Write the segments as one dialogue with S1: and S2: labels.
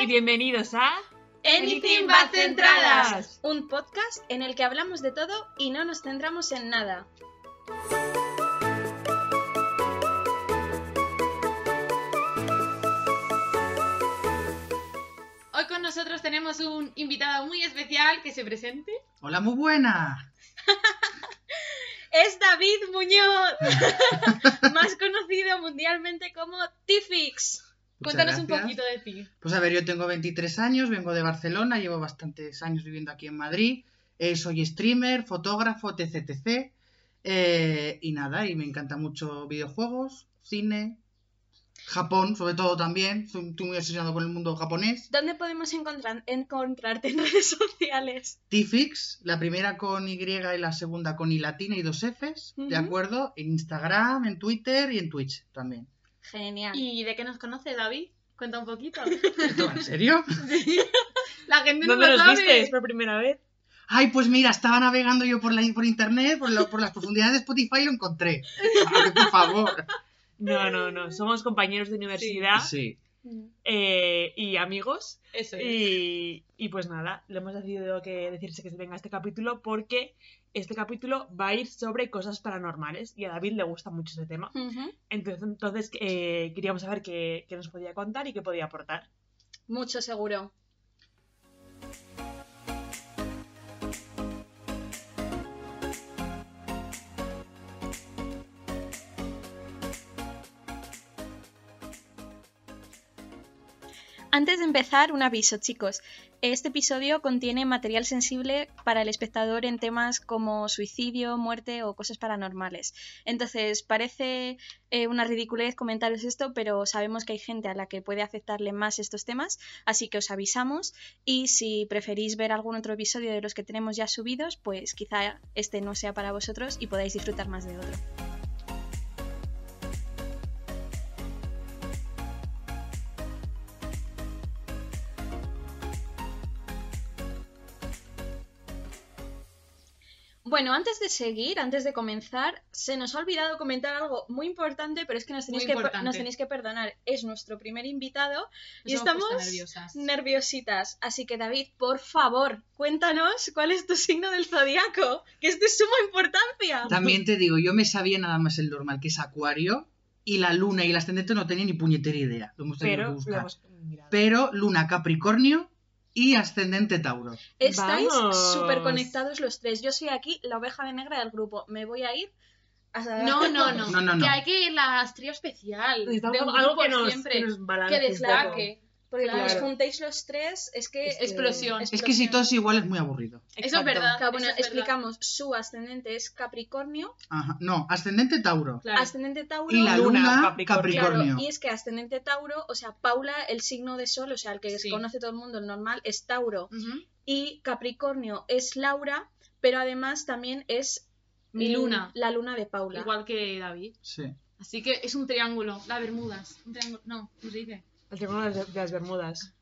S1: y bienvenidos a
S2: Anything But Centradas, un podcast en el que hablamos de todo y no nos centramos en nada.
S3: Hoy con nosotros tenemos un invitado muy especial que se presente.
S4: Hola, muy buena.
S2: Es David Muñoz, más conocido mundialmente como Tifix.
S4: Muchas
S3: Cuéntanos un
S4: gracias.
S3: poquito de ti.
S4: Pues a ver, yo tengo 23 años, vengo de Barcelona, llevo bastantes años viviendo aquí en Madrid. Eh, soy streamer, fotógrafo, TCTC. eh, y nada, y me encanta mucho videojuegos, cine, Japón, sobre todo también. Soy, estoy muy obsesionado con el mundo japonés.
S2: ¿Dónde podemos encontrar- encontrarte en redes sociales?
S4: T-Fix, la primera con Y y la segunda con I latina y dos Fs, ¿de
S2: Ujú.
S4: acuerdo? En Instagram, en Twitter y en Twitch también.
S2: Genial.
S3: ¿Y de qué nos conoces, David? Cuenta un poquito.
S4: ¿Esto, ¿En serio?
S3: La gente no
S1: ¿Dónde
S3: lo
S1: nos
S3: sabe.
S1: visteis por primera vez?
S4: Ay, pues mira, estaba navegando yo por, la, por internet, por, la- por las profundidades de Spotify y lo encontré. Ay, por favor.
S1: No, no, no. Somos compañeros de universidad
S4: Sí.
S1: eh, y amigos.
S3: Eso es.
S1: Y, y pues nada, le hemos decidido que decirse que se venga este capítulo porque este capítulo va a ir sobre cosas paranormales y a David le gusta mucho ese tema.
S2: Ujú.
S1: Entonces, entonces eh, queríamos saber qué, qué nos podía contar y qué podía aportar.
S2: Mucho seguro. Antes de empezar, un aviso, chicos. Este episodio contiene material sensible para el espectador en temas como suicidio, muerte o cosas paranormales. Entonces, parece eh, una ridiculez comentaros esto, pero sabemos que hay gente a la que puede afectarle más estos temas, así que os avisamos. Y si preferís ver algún otro episodio de los que tenemos ya subidos, pues quizá este no sea para vosotros y podáis disfrutar más de otro. Bueno, antes de seguir, antes de comenzar, se nos ha olvidado comentar algo muy importante, pero es que nos
S3: Muy
S2: tenéis, que, per-
S3: importante.
S2: nos tenéis que perdonar. Es nuestro primer invitado
S3: Nos
S2: y
S3: hemos puesto
S2: estamos
S3: nerviosas.
S2: nerviositas. Así que David, por favor, cuéntanos cuál es tu signo del zodiaco, que es de suma importancia.
S4: También te digo, yo me sabía nada más el normal, que es Acuario, y la luna y el ascendente no tenía ni puñetera idea. Lo hemos tenido
S1: Pero
S4: que
S1: lo
S4: buscar.
S1: hemos mirado.
S4: Pero luna Capricornio y ascendente Tauro.
S2: Estáis
S1: Vamos.
S2: súper conectados los tres. Yo soy aquí la oveja de negra del grupo. Me voy a ir a...
S3: No, no, no,
S4: No, no, no.
S3: Que hay que ir la estrella especial. De
S1: Necesitamos
S3: un
S1: algo
S3: grupo
S1: que nos,
S3: siempre.
S1: que nos balance
S3: Que
S1: un poco.
S3: deslaque.
S2: Porque cuando os
S1: Claro.
S2: juntéis los tres, es que...
S1: Es que-
S3: Explosión.
S4: Es que si todo es igual es muy aburrido.
S3: Eso es
S1: Exacto.
S3: verdad.
S2: Claro, Ah, bueno,
S3: eso es verdad.
S2: explicamos, su ascendente es Capricornio,
S4: Ajá. No, ascendente Tauro.
S3: Claro.
S2: ascendente Tauro...
S4: Y la
S1: Luna,
S4: luna,
S1: Capricornio.
S4: Capricornio.
S2: Claro, y es que ascendente Tauro, o sea, Paula, el signo de Sol, o sea, el que
S3: Sí.
S2: conoce todo el mundo, el normal, es Tauro.
S3: Ujú.
S2: y Capricornio es Laura, pero además también es
S3: Mi
S2: mm,
S3: luna.
S2: La luna de Paula.
S3: Igual que David.
S4: Sí.
S3: Así que es un triángulo. La Bermudas. Un triángulo. No, ¿cómo se dice?
S1: El triángulo de de las Bermudas.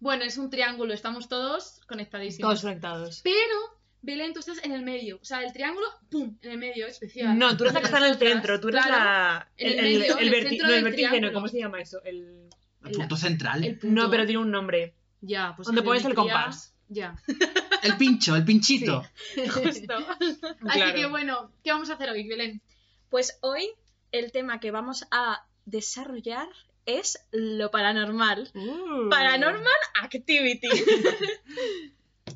S3: Bueno, es un triángulo. Estamos todos conectadísimos.
S1: Todos conectados.
S3: Pero, Belén, tú estás en el medio. O sea, el triángulo, ¡pum! En el medio, especial.
S1: No, tú eres la que está en el
S3: Nosotras,
S1: centro, tú eres
S3: claro,
S1: la.
S3: en el
S1: El, el,
S3: medio,
S1: el
S3: en el
S1: verti-
S3: centro
S1: no, el
S3: del
S1: vertigeno,
S3: triángulo.
S1: ¿cómo se llama eso? El...
S4: El
S3: La-
S4: punto central.
S3: El
S4: El,
S3: punto.
S1: No, pero tiene un nombre.
S3: Ya, pues.
S1: Donde
S3: te
S1: pones el
S3: diría-
S1: compás.
S3: Ya.
S4: pincho, el pinchito.
S3: Justo. Así
S1: Claro.
S3: que bueno, ¿qué vamos a hacer hoy, Belén?
S2: Pues hoy el tema que vamos a desarrollar es lo paranormal.
S1: Uh.
S2: Paranormal Activity.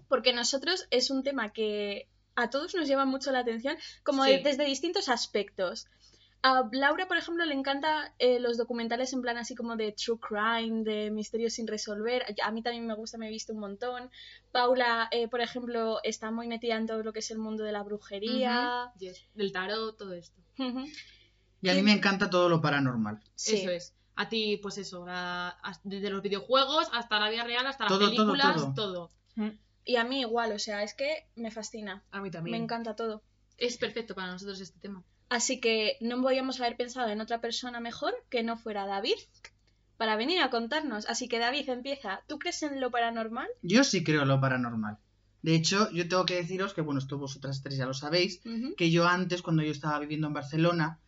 S2: Porque nosotros es un tema que a todos nos llama mucho la atención, como
S3: Sí.
S2: de- desde distintos aspectos. A Laura, por ejemplo, le encanta eh, los documentales en plan así como de true crime, de misterios sin resolver. A mí también me gusta, me he visto un montón. Paula, eh, por ejemplo, está muy metida en todo lo que es el mundo de la brujería.
S3: Ujú. Yes. Del tarot, todo esto.
S2: Ujú.
S4: Y a mí me encanta todo lo paranormal.
S2: Sí.
S3: Eso es. A ti, pues eso, la- as- desde los videojuegos hasta la vida real, hasta las
S4: Todo, todo,
S3: películas,
S4: todo.
S2: Y a mí igual, o sea, es que me fascina,
S1: A mí también.
S2: me encanta todo.
S3: Es perfecto para nosotros este tema.
S2: Así que no podíamos haber pensado en otra persona mejor que no fuera David para venir a contarnos. Así que David, empieza. ¿Tú crees en lo paranormal?
S4: Yo sí creo en lo paranormal. De hecho, yo tengo que deciros que, bueno, esto vosotras tres ya lo sabéis, que yo antes, cuando yo estaba viviendo en Barcelona,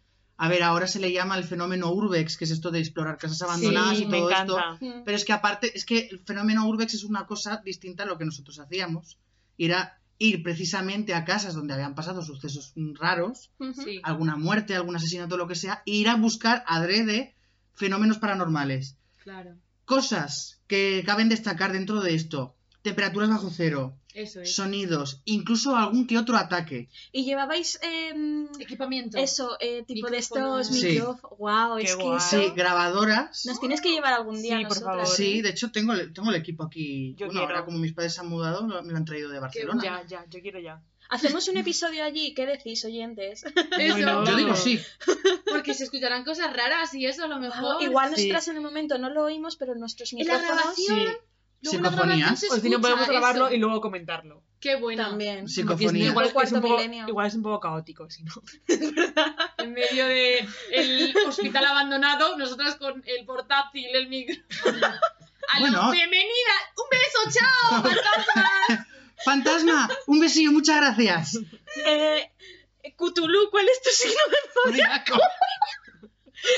S4: A ver, ahora se le llama el fenómeno urbex, que es esto de explorar casas abandonadas
S1: sí,
S4: y
S1: me
S4: todo
S1: encanta.
S4: esto. Pero es que aparte, es que el fenómeno urbex es una cosa distinta a lo que nosotros hacíamos. Ir a- ir precisamente a casas donde habían pasado sucesos mm, raros,
S3: Sí.
S4: alguna muerte, algún asesinato, lo que sea, e ir a buscar adrede fenómenos paranormales.
S3: Claro.
S4: Cosas que caben destacar dentro de esto. Temperaturas bajo cero,
S3: Eso es.
S4: sonidos, incluso algún que otro ataque.
S2: Y llevabais em,
S3: Equipamiento.
S2: eso, eh, tipo de
S3: Micrófonos.
S2: estos
S4: Sí.
S2: micrófonos. Wow,
S1: Qué
S2: es que
S1: guay.
S2: eso
S4: Sí, grabadoras.
S2: nos tienes que llevar algún día
S1: Sí,
S2: a
S1: por
S2: nosotras. ¿eh?
S1: favor.
S4: Sí, de hecho tengo el, tengo el equipo aquí.
S1: Yo
S4: bueno,
S1: quiero.
S4: ahora como mis padres se han mudado, lo- me lo han traído de Barcelona.
S1: Ya, ya, yo quiero ya.
S2: Hacemos un episodio allí, ¿qué decís, oyentes?
S3: Eso.
S1: Bueno,
S4: Yo digo sí.
S3: Porque se escucharán cosas raras y eso a lo mejor.
S2: Igual
S1: sí.
S2: nosotras en el momento no lo oímos, pero nuestros
S3: En la
S2: micrófonos
S3: grabación, luego en otra
S4: Psicofonías.
S3: grabación se
S1: O Pues si no,
S3: escucha
S1: podemos
S3: eso.
S1: grabarlo y luego comentarlo.
S3: Qué bueno.
S2: también.
S1: Porque es-
S4: Psicofonía.
S1: Igual es,
S2: Cuarto
S1: un poco,
S2: milenio.
S1: igual es un poco caótico, si no.
S3: En medio de el hospital abandonado, nosotras con el portátil, el micro. Aló,
S4: Bueno.
S3: bienvenida. Un beso, chao.
S4: Fantasma, un besillo, muchas gracias.
S2: Eh, Cthulhu, ¿cuál es tu signo?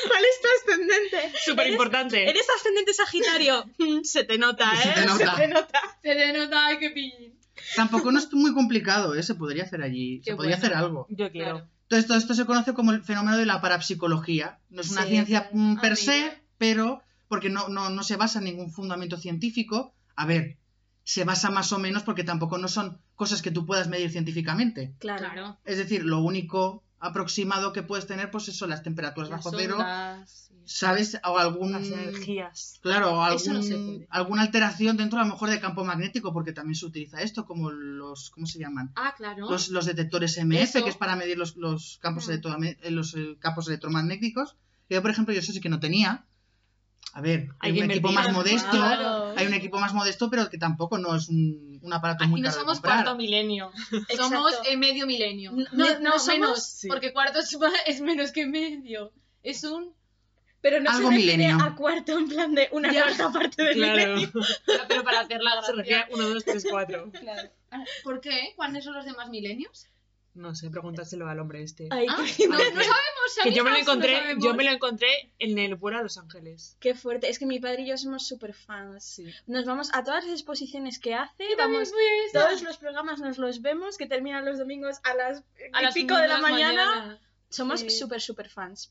S2: ¿Cuál es tu ascendente?
S1: Súper importante.
S2: ¿Eres ascendente sagitario? Mm, Se te nota, ¿eh?
S4: Se te nota.
S3: Se denota ay, qué pillín.
S4: Tampoco no es muy complicado, ¿eh? se podría hacer allí, se
S3: Qué
S4: podría
S3: bueno.
S4: hacer algo.
S1: Yo quiero.
S3: Claro.
S4: Entonces todo esto se conoce como el fenómeno de la parapsicología. No es una
S2: Sí,
S4: ciencia mm,
S3: ah,
S4: per
S3: mira.
S4: se, pero porque no, no, no se basa en ningún fundamento científico. A ver, se basa más o menos porque tampoco no son cosas que tú puedas medir científicamente.
S2: Claro.
S3: Claro.
S4: Es decir, lo único aproximado que puedes tener, pues son las temperaturas
S3: Las
S4: bajo cero,
S3: ondas, sí.
S4: ¿sabes? O algún...
S1: Las
S3: Mm.
S1: energías.
S4: Claro, o
S3: Eso no se
S4: algún-
S3: puede.
S4: alguna alteración dentro a lo mejor de campo magnético, porque también se utiliza esto, como los, ¿cómo se llaman?
S3: Ah, claro.
S4: Los, los detectores MF,
S3: Eso. Mm.
S4: que es para medir los, los campos,
S2: Ah.
S4: electrome- eh, los eh, campos electromagnéticos. Que yo, por ejemplo, yo eso sí que no tenía. A ver, hay,
S1: Hay que
S4: un equipo
S1: invertir.
S4: más modesto,
S3: Claro.
S4: hay un equipo más modesto, pero que tampoco no es un, un aparato
S3: Aquí
S4: muy
S3: no
S4: caro de
S3: somos
S4: comprar.
S3: cuarto milenio.
S2: Exacto.
S3: Somos eh, medio milenio.
S2: No,
S3: Me-
S2: no, no somos-
S3: menos,
S1: sí.
S3: porque cuarto es, más- es menos que medio. Es un...
S2: Pero no
S4: Algo
S2: se refiere
S4: milenio.
S2: a cuarto, en plan de una
S3: Ya.
S2: cuarta parte del
S1: Claro.
S2: milenio.
S3: Pero para hacer la
S1: Se refiere
S3: gracia.
S1: a 1, 2, 3, 4.
S3: Ah, ¿Por qué? ¿Cuáles son los demás milenios?
S1: No sé, pregúntaselo al hombre este.
S2: Ay,
S3: Ah,
S2: qué,
S3: no, no sabemos.
S1: que yo me
S3: amigas,
S1: lo
S3: no
S1: encontré,
S3: sabemos.
S1: yo me lo encontré en el vuelo a Los Ángeles.
S2: qué fuerte. Es que mi padre y yo somos súper fans.
S1: Sí.
S2: Nos vamos a todas las exposiciones que hace.
S3: Yo también
S2: Vamos,
S3: fui a esa.
S2: todos los programas nos los vemos, que terminan los domingos a las,
S3: A
S2: y
S3: las
S2: pico de la
S3: nueve
S2: mañana. Somos
S3: Sí.
S2: súper, súper fans.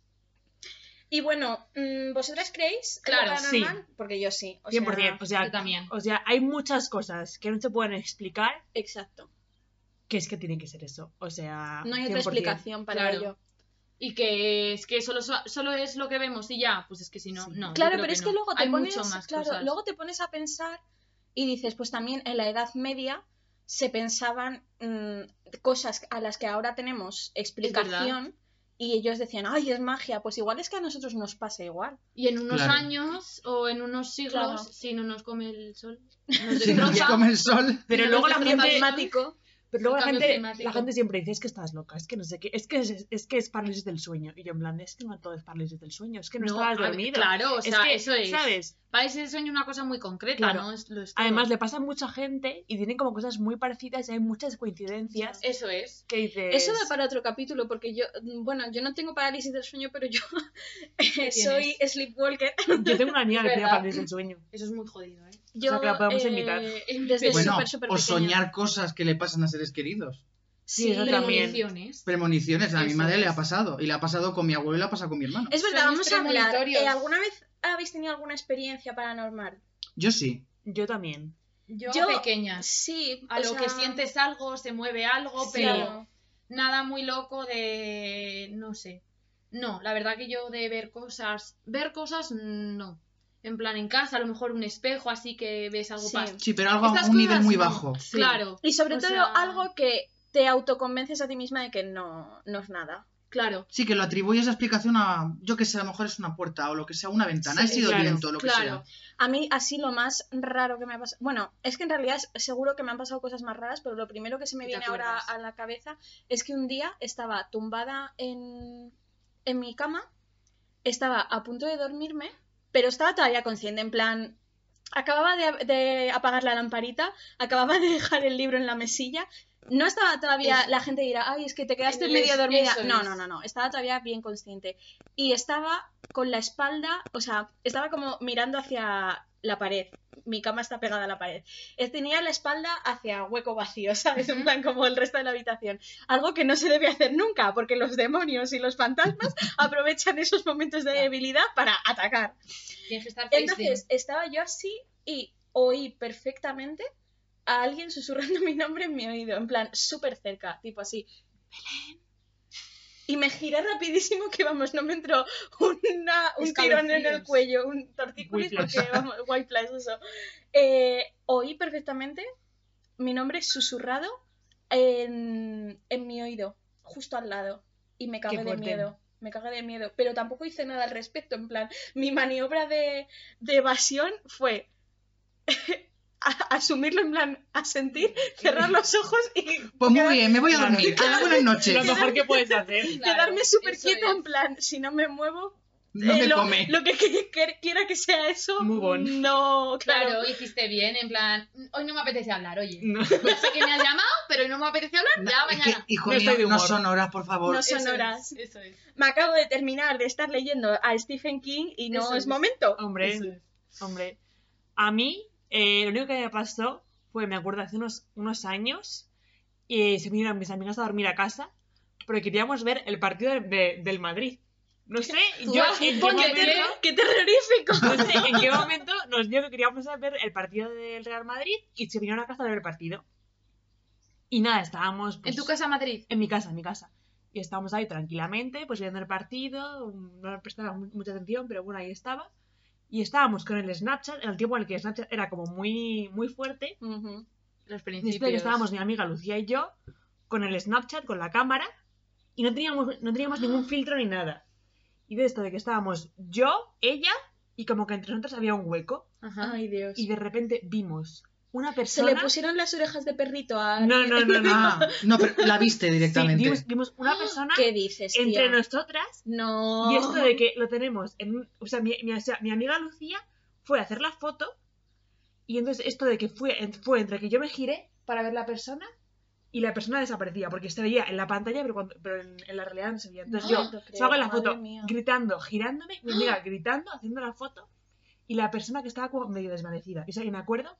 S2: Y bueno, mm, ¿vosotras creéis? en lo
S3: Claro,
S1: sí.
S2: paranormal? Porque yo sí. O
S1: 100%.
S2: sea,
S1: o, sea,
S3: Yo también.
S1: o sea, hay muchas cosas que no se pueden explicar
S2: exacto.
S1: que es que tiene que ser eso. O sea,
S2: No hay otra
S1: 100%.
S2: explicación para
S3: Claro.
S2: ello.
S3: Y que es que solo, so- solo es lo que vemos y ya, pues es que si no,
S1: Sí.
S3: no. yo
S2: Claro,
S3: creo
S2: pero es que
S3: no.
S2: luego te
S3: Hay
S2: pones,
S3: mucho más
S2: claro,
S3: cosas.
S2: luego te pones a pensar y dices, pues también en la Edad Media se pensaban mm, cosas a las que ahora tenemos explicación y ellos decían, ay, es magia, pues igual es que a nosotros nos pasa igual.
S3: Y en unos
S4: Claro.
S3: años o en unos siglos,
S2: Claro.
S3: si no nos come el sol, nos
S4: Si no
S3: destroza.
S4: nos come el sol,
S1: Pero
S3: Y
S1: luego la
S3: nosotros
S1: gente,
S3: también.
S2: Matemático.
S1: pero luego la
S3: Cambio
S1: gente,
S3: climático.
S1: la gente siempre dice es que estás loca, es que no sé qué, es que es, es que es parálisis del sueño. Y yo en plan, es que no todo es parálisis del sueño, es que no, estabas
S3: a ver,
S1: dormido.
S3: Claro, o sea,
S1: es que,
S3: eso es.
S1: ¿sabes?
S3: Parece el sueño una cosa muy concreta,
S1: Claro.
S3: ¿no? Es- lo es todo.
S1: Además, le pasa a mucha gente y tienen como cosas muy parecidas y hay muchas coincidencias
S3: Eso pues es.
S1: que dices...
S2: Eso da para otro capítulo, porque yo, mm, bueno, yo no tengo parálisis del sueño, pero yo eh,
S3: tienes?
S2: soy sleepwalker.
S1: Yo tengo una niña que tiene
S3: Verdad.
S1: parálisis del sueño.
S3: Eso es muy jodido, ¿eh?
S2: Yo, eh,
S1: que la podemos invitar.
S3: Bueno,
S2: desde
S4: bueno,
S2: súper, súper
S4: o
S2: pequeña.
S4: soñar cosas que le pasan a seres queridos.
S1: Sí, eso también.
S3: premoniciones.
S4: Premoniciones, a mi
S3: Eso
S4: madre le
S3: es.
S4: ha pasado. Y le ha pasado con mi abuelo y le ha pasado con mi hermano.
S2: Es verdad,
S3: Sueños
S2: vamos a hablar.
S3: premonitorios.
S2: Eh, ¿Alguna vez habéis tenido alguna experiencia paranormal?
S4: Yo sí.
S1: Yo también.
S3: Yo,
S2: Yo-
S3: pequeñas.
S2: Sí,
S3: A
S2: o
S3: lo
S2: sea,
S3: que sientes algo, se mueve algo,
S2: sí.
S3: pero nada muy loco de no sé. No, la verdad que yo de ver cosas, ver cosas no. En plan en casa, a lo mejor un espejo, así que ves algo
S2: Sí.
S3: pasar.
S4: Sí, pero algo a
S3: Estas
S4: un nivel
S3: cosas
S4: muy
S3: no.
S4: bajo.
S1: Sí.
S3: Claro,
S2: Y sobre
S3: O
S2: todo
S3: sea-
S2: algo que te autoconvences a ti misma de que no, no es nada.
S3: claro.
S4: Sí, que lo atribuyes la explicación a, yo que sé, a lo mejor es una puerta o lo que sea, una ventana,
S2: Sí,
S4: ha sido
S1: claro,
S4: viento, lo que
S3: claro.
S4: sea.
S2: A mí así lo más raro que me ha pasado... Bueno, es que en realidad es- seguro que me han pasado cosas más raras, pero lo primero que se me
S3: ¿Te
S2: viene ahora
S3: acuerdas?
S2: a la cabeza es que un día estaba tumbada en, en mi cama, estaba a punto de dormirme, pero estaba todavía consciente, en plan... Acababa de, de apagar la lamparita, acababa de dejar el libro en la mesilla No estaba todavía,
S3: Eso.
S2: la gente dirá, ay, es que te quedaste
S3: En el
S2: medio
S3: es-
S2: dormida.
S3: eso
S2: No,
S3: es.
S2: no, no, no, estaba todavía bien consciente. Y estaba con la espalda, o sea, estaba como mirando hacia la pared. Mi cama está pegada a la pared. Eh, Tenía la espalda hacia hueco vacío, ¿sabes? En plan, como el resto de la habitación. Algo que no se debe hacer nunca, porque los demonios y los fantasmas aprovechan esos momentos de debilidad para atacar.
S3: Tienes que estar face
S2: Entonces estaba yo así y oí perfectamente a alguien susurrando mi nombre en mi oído, en plan súper cerca, tipo así, Belén. Y me giré rapidísimo que vamos, no me entró una- un tirón en el
S3: Escalofríos.
S2: cuello, un tortícolis,
S1: Whiplash.
S2: porque vamos, whiplash, eso. Eh, oí perfectamente mi nombre susurrado en, en mi oído, justo al lado. Y me cagué de
S1: fuerte.
S2: miedo. Me cagué de miedo. Pero tampoco hice nada al respecto. En plan, mi maniobra de, de evasión fue a- asumirlo, en plan, asentir, cerrar los ojos y
S4: Pues muy
S2: quedar-
S4: bien, me voy a
S1: Claro.
S4: dormir. Hala, buenas
S1: Lo
S4: noches.
S1: mejor que puedes hacer.
S3: thing. Claro,
S2: quedarme súper
S3: eso
S2: quieta.
S3: es.
S2: En plan, si no me muevo,
S4: No
S2: eh,
S4: me
S2: lo,
S4: come.
S2: lo que, que- que- quiera que sea eso,
S1: Move on.
S2: no,
S3: Claro,
S2: claro.
S3: hiciste bien, en plan, hoy no me apetece hablar, oye.
S1: No.
S3: sé que me has llamado, pero hoy no me apetece hablar, ya
S4: Es
S3: mañana.
S4: que, hijo
S1: No estoy de
S4: mío, no
S1: humor.
S4: son horas, por favor.
S2: No son
S3: Eso es,
S2: horas.
S3: eso es.
S2: Me acabo de terminar de estar leyendo a Stephen King y no
S3: Eso
S2: es
S3: es.
S2: momento.
S1: Hombre,
S3: Eso es.
S1: hombre. A mí, eh, lo único que me pasó fue, me acuerdo, hace unos, unos años, y se vinieron mis amigas a dormir a casa, pero queríamos ver el partido de- de- del Madrid. No sé, yo
S3: vas,
S1: en qué
S3: ponte
S1: momento-
S3: tele.
S2: ¡Qué terrorífico!
S1: no sé en qué momento nos dio que queríamos ver el partido del Real Madrid y se vinieron a casa a ver el partido. Y nada, estábamos pues,
S3: En tu casa Madrid.
S1: en mi casa, en mi casa. Y estábamos ahí tranquilamente, pues viendo el partido, no le prestaba mu- mucha atención, pero bueno, ahí estaba. Y estábamos con el Snapchat, en el tiempo en el que Snapchat era como muy, muy fuerte.
S2: Ujú.
S3: Los
S1: Y esto
S3: principios.
S1: de que estábamos mi amiga Lucía y yo con el Snapchat, con la cámara, y no teníamos, no teníamos ningún filtro ni nada. Y de esto de que estábamos yo, ella, y como que entre nosotros había un hueco,
S3: Ajá.
S2: Ay, Dios.
S1: y de repente vimos una
S2: Se
S1: persona...
S2: le pusieron las orejas de perrito a...
S1: No, no, no, no.
S4: Ah, no, pero la viste
S1: Sí,
S4: directamente.
S1: vimos, vimos una persona
S2: ¿Qué dices, tía?
S1: entre nosotras
S2: No.
S1: Y esto de que lo tenemos en un- O sea, mi, mi- o sea, mi amiga Lucía fue a hacer la foto. Y entonces esto de que fue, en- fue entre que yo me giré para ver la persona y la persona desaparecía. Porque se veía en la pantalla, pero, cuando- pero en, en la realidad no se veía. Entonces
S2: No
S1: yo
S2: te lo creo,
S1: salgo en la
S2: madre
S1: foto
S2: mía.
S1: gritando, girándome, mi amiga gritando, haciendo la foto. Y la persona que estaba como medio desvanecida. Y, o sea, y me acuerdo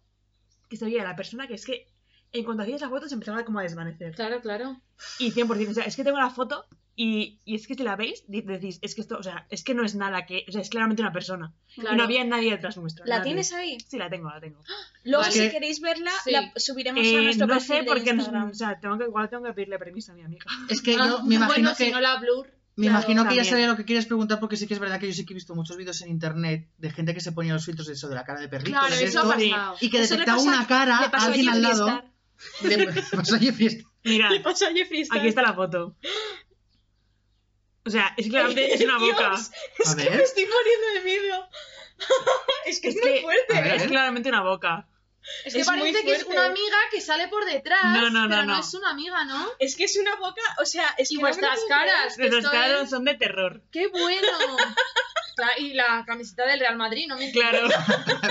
S1: que se veía la persona que es que en cuanto hacías la foto se empezaba como a desvanecer.
S3: Claro, claro.
S1: Y 100%, o sea, es que tengo la foto y, y es que si la veis, di- decís, es que esto, o sea, es que no es nada que, o sea, es claramente una persona.
S3: Claro.
S1: Y no había nadie detrás nuestro.
S2: ¿La tienes Ah, ahí?
S1: Sí, la tengo, la tengo.
S2: Luego,
S4: Vale.
S2: si
S4: Que-
S2: queréis verla,
S3: Sí.
S2: la subiremos a
S1: Eh,
S2: nuestro
S1: no
S2: perfil
S1: sé por qué,
S2: de
S1: no-
S2: Instagram.
S1: o sea, tengo que, igual tengo que pedirle permiso a mi amiga.
S4: Es que
S3: Ah,
S4: yo me imagino
S3: bueno,
S4: que.
S3: si no la blur.
S4: Me
S3: claro.
S4: imagino que ya
S1: también.
S4: sabía lo que quieres preguntar porque sí que es verdad que yo sí que he visto muchos vídeos en internet de gente que se ponía los filtros de eso, de la cara de perrito,
S3: Claro,
S4: de
S3: eso ha
S4: esto,
S1: sí.
S3: pasado.
S4: y que
S2: Eso le
S4: detectaba
S2: pasa-
S4: una cara
S2: Le
S4: a
S2: pasó a
S4: alguien al
S2: Jeffree
S4: lado.
S2: Star.
S4: Le pasó a Jeffree Star.
S1: Mira,
S2: Le pasó a Jeffree Star.
S1: aquí está la foto. O sea, es claramente es una
S2: Dios,
S1: boca.
S4: A
S2: Es que
S4: ver.
S2: me estoy muriendo de miedo. es que es,
S1: Es
S2: muy
S1: que-
S2: fuerte.
S4: A ver.
S1: Es claramente una boca.
S3: Es que
S2: es muy
S3: parece que es
S2: fuerte.
S3: una amiga que sale por detrás,
S1: No, no, no,
S3: pero no,
S1: no.
S3: es una amiga, ¿no?
S2: Es que es una boca, o sea, es que
S3: Y
S2: no me lo
S3: vuestras
S2: puedo
S3: caras. que
S1: Nuestras
S3: esto
S1: caras
S3: es-
S1: son de terror.
S3: ¡Qué bueno! Claro, y la camiseta del Real Madrid, no me
S1: Claro,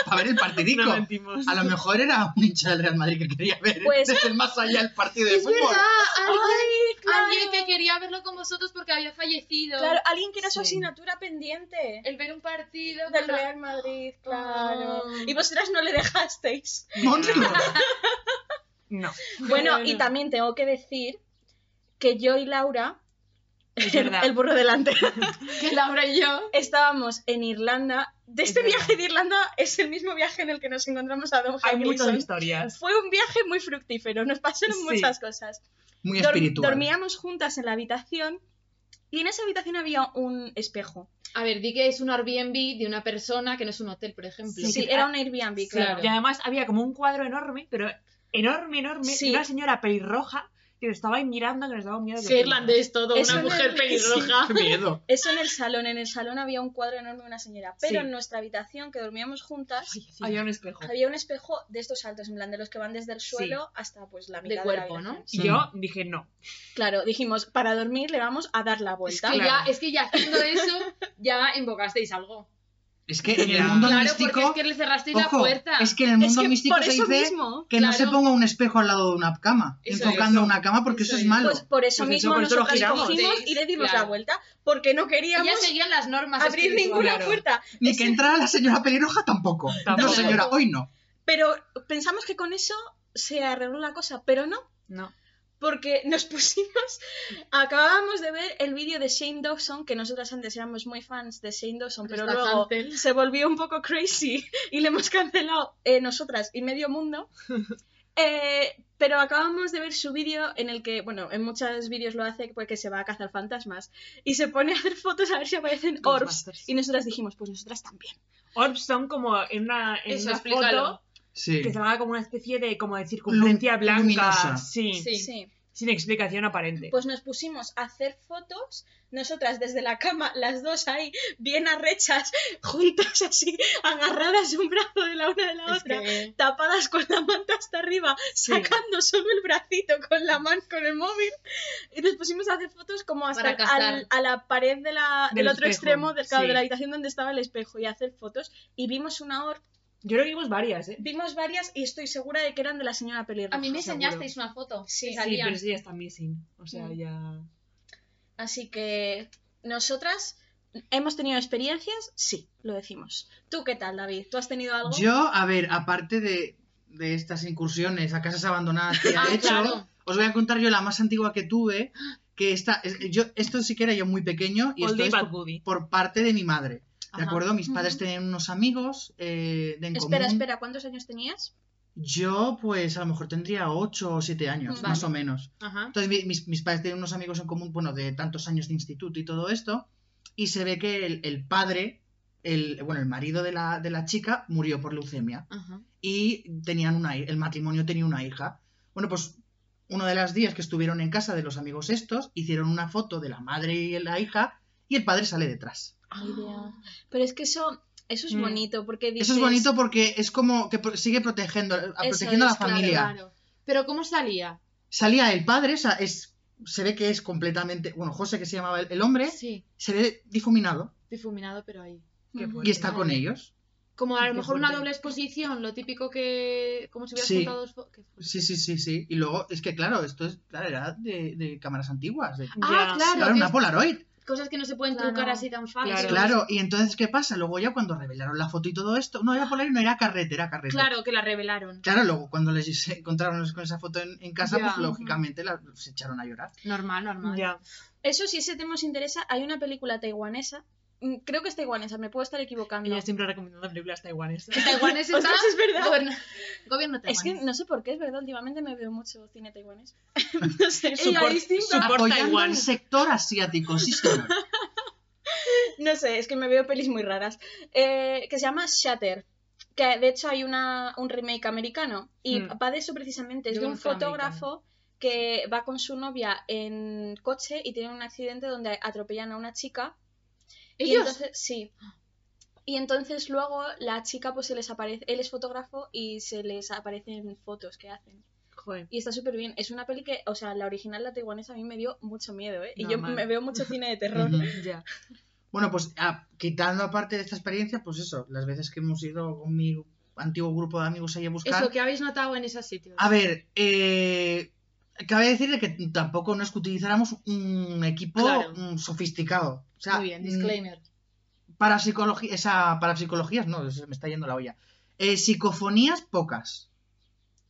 S4: A ver el partidico.
S1: no mentimos.
S4: A lo mejor era un hincha del Real Madrid que quería ver
S2: Pues-
S4: desde el más allá el partido de
S3: Es
S4: fútbol.
S3: verdad, alguien,
S2: Ay, claro.
S3: alguien que quería verlo con vosotros porque había fallecido.
S2: Claro, alguien que era su
S1: Sí.
S2: asignatura pendiente
S3: El ver un partido
S2: del
S3: con la-
S2: Real Madrid, claro.
S3: Ah.
S2: Y vosotras no le dejasteis.
S4: No, no, no.
S1: No,
S2: Bueno, y
S3: bueno.
S2: también tengo que decir que yo y Laura,
S1: es
S2: el,
S1: verdad.
S2: el burro delante,
S3: que Laura y yo.
S2: estábamos en Irlanda. De este
S1: Es verdad.
S2: viaje de Irlanda es el mismo viaje en el que nos encontramos a Don
S1: Hay
S2: Harrelson.
S1: muchas historias.
S2: Fue un viaje muy fructífero, nos pasaron
S1: Sí.
S2: muchas cosas.
S4: Muy
S2: Dor-
S4: espiritual.
S2: dormíamos juntas en la habitación y en esa habitación había un espejo.
S3: A ver, di que es un Airbnb de una persona que no es un hotel, por ejemplo.
S2: Sí,
S1: Sí, que-
S2: era un Airbnb, claro.
S1: Y además había como un cuadro enorme, pero enorme, enorme,
S2: Sí.
S1: de una señora pelirroja que nos estaba ahí mirando, que nos daba miedo.
S3: Sí, irlandés todo,
S2: Es
S3: una
S2: un
S3: mujer
S2: Airbnb,
S3: pelirroja.
S4: Qué miedo.
S2: Eso en el salón, en el salón había un cuadro enorme de una señora, pero
S1: Sí.
S2: en nuestra habitación que dormíamos juntas
S1: Había un espejo.
S2: había un espejo de estos altos, en plan de los que van desde el
S1: Sí.
S2: suelo hasta pues la
S3: De
S2: mitad
S3: cuerpo,
S2: de la habitación.
S3: ¿no?
S1: Y yo dije, no.
S2: Claro, dijimos, para
S3: Pues
S2: dormir le vamos a dar la vuelta.
S3: Que
S1: Claro.
S3: ya, es que ya haciendo eso, ya invocasteis algo.
S4: Es que en el
S1: Ya.
S4: mundo
S3: Claro,
S4: místico.
S3: porque es que le cerrasteis la
S4: ojo,
S3: puerta.
S4: es que en el
S2: es
S4: mundo
S2: que
S4: místico
S2: por
S4: se
S2: eso
S4: dice
S2: mismo.
S4: que no
S3: Claro.
S4: se ponga un espejo al lado de una cama,
S3: Eso
S4: enfocando
S1: es.
S4: una cama, porque
S3: Eso
S4: eso, es
S3: es.
S4: malo.
S2: Pues por
S1: Pues
S2: eso
S1: eso,
S2: mismo
S1: por eso lo
S2: nosotras
S1: giramos.
S2: cogimos
S3: Sí,
S2: y le dimos
S3: claro.
S2: la vuelta porque no queríamos
S3: Ellas seguían las normas.
S2: abrir ninguna
S3: espirituales.
S2: puerta.
S4: Ni que entrara la señora pelirroja tampoco. No,
S1: Tampoco.
S4: señora, hoy no.
S2: Pero pensamos que con eso se arregló la cosa, pero no,
S1: No.
S2: porque nos pusimos, acabábamos de ver el vídeo de Shane Dawson, que nosotras antes éramos muy fans de Shane Dawson, pero
S3: Está
S2: luego
S3: cancel.
S2: se volvió un poco crazy y le hemos cancelado eh, nosotras y medio mundo. Eh, pero acabamos de ver su vídeo en el que, bueno, en muchos vídeos lo hace porque se va a cazar fantasmas y se pone a hacer fotos a ver si aparecen orbs.
S1: Ghostbusters.
S2: Y nosotras dijimos, pues nosotras también.
S1: Orbs son como en una, en
S3: Eso,
S1: una
S3: explícalo.
S1: foto
S4: Sí.
S1: que se va como una especie de, como de circunferencia
S4: Lum-
S1: blanca.
S4: luminosa.
S1: Sí,
S3: Sí.
S2: Sí.
S1: Sin explicación aparente.
S2: Pues nos pusimos a hacer fotos, nosotras desde la cama, las dos ahí, bien arrechas, juntas así, agarradas un brazo de la una de la
S3: Es
S2: otra.
S3: que-
S2: tapadas con la manta hasta arriba,
S1: Sí.
S2: sacando solo el bracito con la mano, con el móvil, y nos pusimos a hacer fotos como hasta
S3: Para cazar.
S2: al- a la pared de la- del,
S1: Del
S2: otro
S1: espejo,
S2: extremo del, claro,
S1: sí.
S2: de la habitación donde estaba el espejo y hacer fotos. Y vimos una hora,
S1: Yo creo que vimos varias, ¿eh?
S2: vimos varias y estoy segura de que eran de la señora pelirroja.
S3: A mí me
S1: Seguro.
S3: enseñasteis una foto.
S2: Sí,
S3: que
S2: sí,
S1: Sí,
S3: salían.
S1: pero sí, ya está missing. O sea,
S2: Mm.
S1: ya.
S2: Así que nosotras hemos tenido experiencias, sí, lo decimos. ¿Tú qué tal, David? ¿Tú has tenido algo?
S4: Yo, a ver, aparte de, de estas incursiones a casas abandonadas que
S3: Ah,
S4: he hecho,
S3: claro.
S4: os voy a contar yo la más antigua que tuve, que esta, es- yo, esto sí que era yo muy pequeño y esto
S1: Oldie
S4: es
S1: Bad
S4: por,
S1: Goodie.
S4: por parte de mi madre. ¿De
S1: Ajá.
S4: acuerdo? Mis
S2: Ujú.
S4: padres tenían unos amigos eh, de en
S2: Espera,
S4: común.
S2: espera, ¿cuántos años tenías?
S4: Yo, pues, a lo mejor tendría 8 o 7 años,
S2: Vale.
S4: más o menos.
S3: Ajá.
S4: Entonces, mi- mis, mis padres tienen unos amigos en común, bueno, de tantos años de instituto y todo esto, y se ve que el, el padre, el, bueno, el marido de la, de la chica murió por leucemia
S3: Ajá.
S4: y tenían una, hi- el matrimonio tenía una hija. Bueno, pues uno de los días que estuvieron en casa de los amigos estos, hicieron una foto de la madre y la hija y el padre sale detrás.
S3: Ah,
S2: Ni idea. Pero es que eso, eso es
S1: Mm.
S2: bonito, porque dices...
S4: Ah. Eso es bonito porque es como que pro- sigue protegiendo, a- protegiendo
S2: es,
S4: a la familia.
S3: Claro. Pero ¿cómo salía?
S4: Salía el padre, o sea, es, se ve que es completamente, bueno, José que se llamaba el, el hombre,
S3: Sí,
S4: se ve difuminado
S3: difuminado, pero ahí.
S1: Qué
S2: Ujú.
S4: y está
S3: Vale.
S4: con ellos.
S3: Como a
S1: Qué
S3: lo mejor una
S1: fuerte.
S3: doble exposición, lo típico que. Como si hubieras
S4: Sí.
S3: juntado dos. fo- qué fuerte.
S4: Sí, sí, sí, sí. Y luego, es que claro, esto es, claro, era de, de cámaras antiguas. de-
S3: Ah,
S1: Ya.
S3: claro.
S4: claro,
S3: que
S4: una
S3: es-
S4: Polaroid.
S3: Cosas que no se pueden
S2: Claro.
S3: trucar así tan fácil.
S1: Claro.
S4: Claro, y entonces, ¿qué pasa? Luego ya cuando revelaron la foto y todo esto, no era Polaroid, no era carrete, era carrete.
S3: Claro, que la revelaron.
S4: Claro, luego cuando les se encontraron con esa foto en, en casa,
S3: Ya,
S4: pues
S3: ujú.
S4: lógicamente la- se echaron a llorar.
S3: Normal, normal.
S1: Ya.
S2: Eso, si ese tema os interesa, hay una película taiwanesa. Mm, Creo que es taiwanesa, me puedo estar equivocando.
S1: Ella siempre recomienda películas taiwanesas.
S3: En Taiwán es
S2: Ostras, es verdad.
S3: Gobierno, gobierno
S2: Es que
S3: taiwanés.
S2: no sé por qué, es verdad, últimamente me veo mucho cine taiwanés. no sé.
S1: Support-
S2: Ella distinta.
S1: Support
S4: Apoyando
S1: Taiwán.
S4: al sector asiático, sí señor.
S2: No sé, es que me veo pelis muy raras. Eh, que se llama Shatter. Que de hecho hay una, un remake americano. Y
S1: Mm.
S2: va de eso precisamente. Es
S1: Yo
S2: de un
S1: conozco el
S2: fotógrafo que va con su novia en coche y tiene un accidente donde atropellan a una chica. Y
S3: Ellos.
S2: entonces, sí. Y entonces luego la chica pues se les aparece, él es fotógrafo y se les aparecen fotos que hacen.
S1: Joder.
S2: Y está súper bien. Es una peli que, o sea, la original, la taiwanesa, a mí me dio mucho miedo, ¿eh? Y yo
S1: Normal.
S2: me veo mucho cine de terror.
S4: Ujú.
S1: Ya.
S4: bueno, pues ah, quitando aparte de esta experiencia, pues eso, las veces que hemos ido con mi antiguo grupo de amigos ahí a buscar.
S3: Eso que habéis notado en esos sitios.
S4: A ver, eh, cabe decir que tampoco no es que utilizáramos un equipo
S3: Claro.
S4: mm, sofisticado. O sea,
S3: Muy bien,
S4: mm,
S3: disclaimer.
S4: parapsicología, esa, parapsicologías, no, se me está yendo la olla. Eh, psicofonías pocas.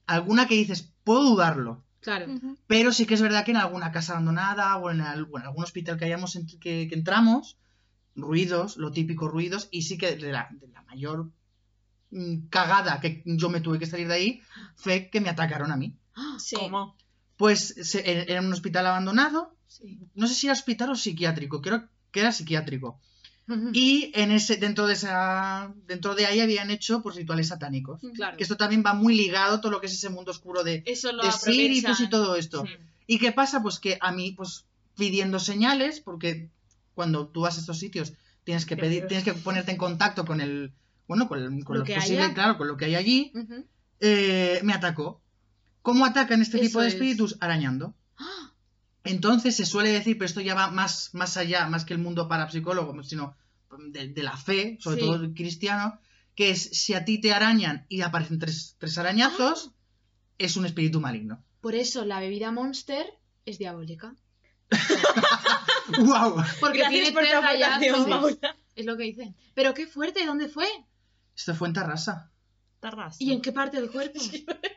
S4: Alguna que dices, puedo dudarlo.
S3: Claro.
S2: Ujú.
S4: Pero sí que es verdad que en alguna casa abandonada o en, al- o en algún hospital que hayamos ent- que, que entramos, ruidos, lo típico ruidos, y sí que de la, de la mayor mm, cagada que yo me tuve que salir de ahí fue que me atacaron a mí.
S2: Sí.
S1: ¿Cómo?
S4: Pues se- era- era un hospital abandonado,
S3: Sí.
S4: no sé si era hospital o psiquiátrico, creo que era psiquiátrico. Y en ese, dentro de esa, dentro de ahí habían hecho pues, rituales satánicos.
S2: Ujú.
S3: Claro.
S4: Que esto también va muy ligado todo lo que es ese mundo oscuro de,
S3: Eso lo
S4: de espíritus
S3: aprovechan.
S4: y todo esto.
S3: Sí.
S4: ¿Y qué pasa? Pues que a mí, pues, pidiendo señales, porque cuando tú vas a estos sitios tienes que
S1: Qué
S4: pedir,
S1: miedo.
S4: tienes que ponerte en contacto con el, bueno, con, el- con
S3: Lo
S4: lo,
S3: que
S4: posible,
S3: haya.
S4: claro, con lo que hay allí,
S3: Ujú.
S4: eh, me atacó. ¿Cómo atacan este
S3: Eso
S4: tipo de
S3: es.
S4: espíritus? Arañando.
S3: ¡Ah!
S4: Entonces se suele decir, pero esto ya va más, más allá, más que el mundo parapsicólogo, sino de, de la fe, sobre
S3: Sí.
S4: todo cristiano, que es si a ti te arañan y aparecen tres, tres arañazos, es un espíritu maligno.
S3: Por eso la bebida Monster es diabólica.
S4: ¡Wow!
S3: Porque
S2: Gracias
S3: tiene
S2: por tu
S3: tres
S2: aportación,
S3: rayazos.
S2: Paula.
S3: Es lo que dicen. Pero qué fuerte, ¿dónde fue?
S4: Esto fue en Tarrasa,
S1: Tarras.
S3: ¿Y en qué parte del cuerpo?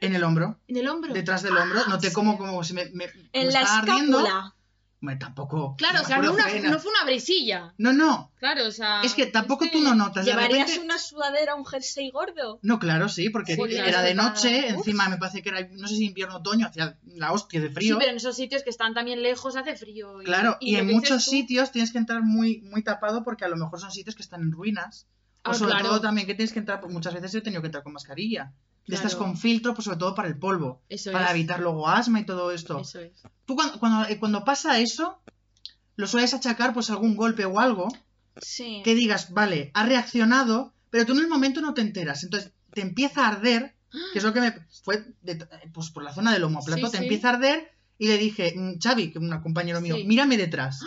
S4: en el hombro,
S3: ¿En el hombro?
S4: detrás del hombro. Noté como, como si me, me, me
S2: En la
S4: estaba ardiendo.
S2: escápula.
S4: Me, tampoco.
S3: Claro, o
S4: me
S3: sea, no,
S4: acuerdo
S3: una-
S4: pena.
S3: no fue una brisilla.
S4: No, no.
S3: Claro, o sea.
S4: Es que tampoco
S3: es
S4: tú no notas. De
S2: ¿Llevarías
S4: repente-
S2: una sudadera, un jersey gordo?
S4: No, claro, sí, porque
S3: Sí, claro,
S4: era de
S3: estaba-
S4: noche,
S3: Uf.
S4: encima me parece que era, no sé si invierno otoño, hacía la hostia de
S3: Sí,
S4: frío.
S3: pero en esos sitios que están también lejos hace frío. y-
S4: Claro, y,
S3: lo
S4: en
S3: que dices
S4: muchos
S3: tú-
S4: sitios tienes que entrar muy, muy tapado porque a lo mejor son sitios que están en ruinas.
S3: Ah,
S4: o sobre
S3: claro.
S4: todo también que tienes que entrar, pues muchas veces yo he tenido que entrar con mascarilla. De estas
S3: Claro. Pues
S4: con filtro, pues sobre todo para el polvo,
S3: Eso
S4: para
S3: es.
S4: evitar luego asma y todo esto.
S3: Eso es.
S4: Tú cuando, cuando, eh, cuando pasa eso, lo sueles achacar pues a algún golpe o algo,
S2: Sí.
S4: que digas, vale, ha reaccionado, pero tú en el momento no te enteras. Entonces te empieza a arder, que es lo que me fue, de- pues por la zona del homoplato,
S3: Sí,
S4: te
S3: sí.
S4: empieza a arder y le dije, mm, Xavi, que es un compañero mío,
S3: Sí.
S4: mírame detrás.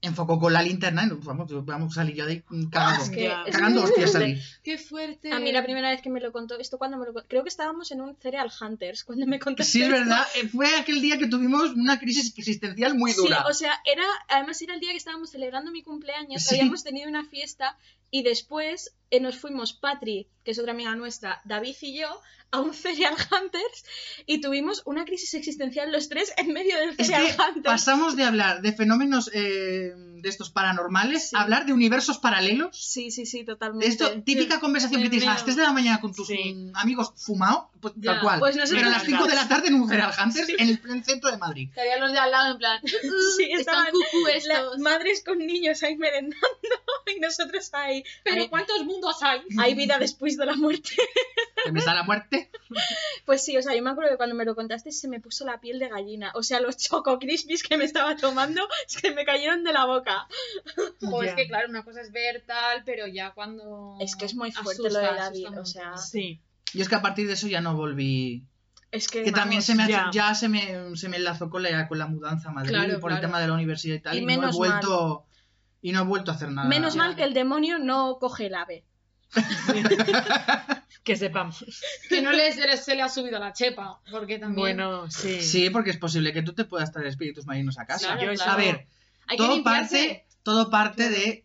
S4: Enfocó con la linterna y vamos, yo- vamos salí yo de ahí mm,
S3: Ah,
S4: cagado.
S1: Es que-
S2: Ya.
S1: es
S4: Cagando
S3: muy
S4: hostias
S3: horrible.
S4: salí.
S3: Qué fuerte.
S2: A mí la primera vez que me lo contó, esto cuando me lo contó, creo que estábamos en un Cereal Hunters cuando me contaste.
S4: Sí, es
S2: esto.
S4: verdad, eh, fue aquel día que tuvimos una crisis existencial muy
S2: Sí,
S4: dura.
S2: o sea, era, además era el día que estábamos celebrando mi cumpleaños,
S4: Sí.
S2: habíamos tenido una fiesta y después eh, nos fuimos Patri, que es otra amiga nuestra, David y yo, a un Cereal Hunters y tuvimos una crisis existencial los tres en medio del
S4: Es
S2: Cereal
S4: que
S2: Hunters.
S4: pasamos de hablar de fenómenos eh, de estos paranormales
S2: Sí.
S4: a hablar de universos paralelos.
S2: Sí, sí, sí,
S4: De
S2: totalmente.
S4: esto, típica conversación que
S3: me
S4: tienes a las
S3: veo.
S4: 3 de la mañana con tus
S1: Sí.
S4: mm, amigos fumado, pues,
S3: Ya,
S4: tal cual.
S2: pues nosotros
S4: Pero a las 5 de la tarde en un Feral Hunters
S2: Sí.
S4: en el pleno centro de Madrid.
S3: Estarían los de al lado en plan.
S2: Sí,
S3: están
S2: estaban
S3: cucú
S2: la-
S3: estos.
S2: madres con niños ahí merendando y nosotros ahí.
S3: Pero
S2: Ay.
S3: ¿cuántos mundos hay?
S2: Hay vida después de la muerte.
S4: Que me da la muerte.
S2: Pues sí, o sea, yo me acuerdo que cuando me lo contaste se me puso la piel de gallina. O sea, los choco crispies que me estaba tomando se me cayeron de la boca.
S3: O es
S4: Ya.
S3: Pues que, claro, una cosa es ver tal, pero ya cuando.
S2: Es que es muy fuerte lo de David,
S3: asusta
S2: o sea,
S3: mucho.
S1: Sí.
S4: Y es que a partir de eso ya no volví.
S2: Es que,
S4: Que también
S2: vamos,
S4: se me, ha-
S1: ya.
S4: ya se, me, se me enlazó con la, con la mudanza a Madrid
S3: Claro,
S4: por el
S3: claro.
S4: tema de la universidad y tal.
S2: Y
S4: Y, no he
S2: menos
S4: vuelto. Y no he vuelto a hacer nada.
S2: Menos
S3: ya.
S2: mal que el demonio no coge el ave.
S1: que sepamos.
S3: Que no le, se, le, se le ha subido la chepa, porque también.
S1: Bueno, sí.
S4: Sí, porque es posible que tú te puedas traer espíritus marinos a casa.
S3: Claro,
S1: Yo eso-
S3: claro.
S4: A ver,
S3: Hay que
S4: todo
S3: limpiarse.
S4: parte, todo parte de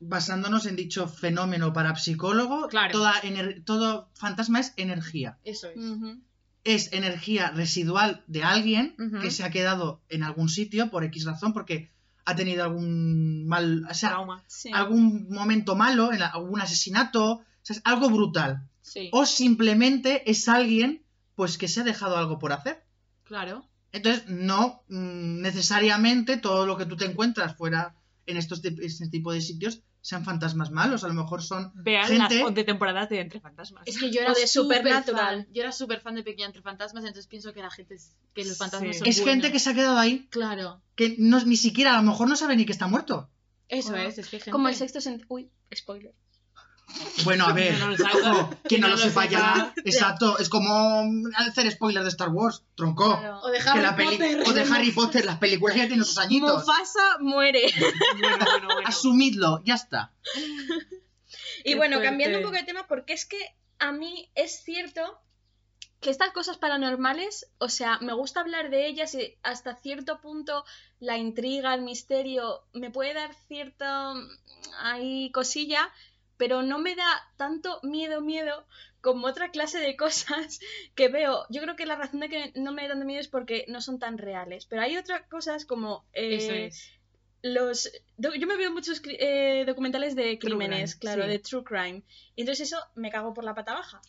S4: basándonos en dicho fenómeno parapsicólogo,
S3: Claro.
S4: toda ener- todo fantasma es energía.
S3: Eso es.
S2: Mm,
S4: Es energía residual de alguien
S3: Ujú.
S4: que se ha quedado en algún sitio por X razón, porque ha tenido algún mal, o sea,
S1: Trauma.
S2: Sí.
S4: algún momento malo, en la- algún asesinato, o sea, es algo brutal.
S3: Sí.
S4: O simplemente es alguien pues que se ha dejado algo por hacer.
S3: Claro.
S4: Entonces, no mm, necesariamente todo lo que tú te encuentras fuera en estos tip- este tipo de sitios sean fantasmas malos, a lo mejor son...
S1: Vean
S4: Gente-
S1: las 11 temporadas de Entre Fantasmas.
S3: Es que yo
S2: O
S3: era
S2: de Supernatural.
S3: superfan. Yo era súper fan de Pequeña Entre Fantasmas, entonces pienso que la gente. es- que los fantasmas
S1: Sí.
S3: son.
S4: Es gente que
S3: buenos.
S4: se ha quedado ahí,
S3: Claro.
S4: que no, ni siquiera, a lo mejor no sabe ni que está muerto.
S3: Eso
S2: Como-
S3: es, es que hay gente.
S2: Como el sexto sentido. Uy, spoiler.
S4: Bueno, a ver,
S1: no lo sabe.
S4: ojo, quien no lo sepa ya,
S1: sepa.
S4: exacto, es como hacer spoiler de Star Wars, tronco.
S2: Claro.
S3: O de
S4: Que
S3: Harry
S4: la peli-
S3: Potter.
S4: o de Harry Potter, las películas ya tienen sus añitos.
S2: Mufasa muere.
S1: Bueno, bueno, bueno.
S4: Asumidlo, ya está.
S2: Y
S1: Qué
S2: bueno,
S1: fuerte.
S2: cambiando un poco de tema, porque es que a mí es cierto que estas cosas paranormales, o sea, me gusta hablar de ellas y hasta cierto punto la intriga, el misterio, me puede dar cierta mm, ahí cosilla, pero no me da tanto miedo, miedo como otra clase de cosas que veo. Yo creo que la razón de que no me dan miedo es porque no son tan reales, pero hay otras cosas como... eh,
S3: Eso es.
S2: los do- yo me veo muchos cri- eh, documentales de
S1: True
S2: crímenes,
S1: crime,
S2: claro,
S1: sí.
S2: de true crime. Y entonces eso me cago por la pata baja.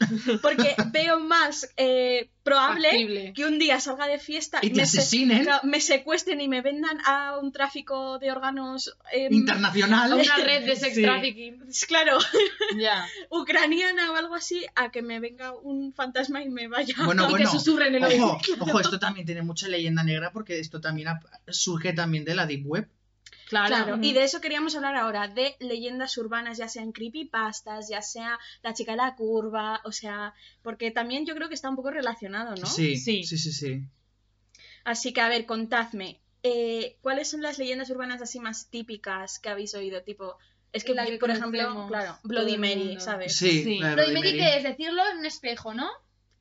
S2: Porque veo más eh, probable
S3: Factible.
S2: que un día salga de fiesta
S4: Y te
S2: me, se-
S4: asesinen,
S2: claro, me secuestren y me vendan a un tráfico de órganos. em,
S4: internacional.
S3: Una red de sex
S1: Sí.
S3: trafficking.
S2: Claro,
S3: Ya.
S2: ucraniana o algo así, a que me venga un fantasma y me vaya.
S4: Bueno,
S3: y
S4: bueno.
S3: te susurren el oído.
S4: Ojo, ojo, esto también tiene mucha leyenda negra porque esto también ap- surge también de la Deep Web.
S3: Claro.
S2: Claro, y de eso queríamos hablar ahora, de leyendas urbanas, ya sean creepypastas, ya sea la chica de la curva, o sea, porque también yo creo que está un poco relacionado, ¿no?
S4: Sí, sí,
S1: Sí.
S4: sí, sí.
S2: Así que, a ver, contadme, eh, ¿cuáles son las leyendas urbanas así más típicas que habéis oído? Tipo, Es que,
S3: La que
S2: por ejemplo,
S3: conocemos
S2: claro,
S3: todo
S2: Bloody
S3: el
S2: Mary,
S3: mundo.
S2: ¿sabes?
S4: Sí,
S1: Sí.
S4: la de
S3: Bloody Mary,
S4: Bloody
S3: que
S4: Mary.
S3: es decirlo en un espejo, ¿no?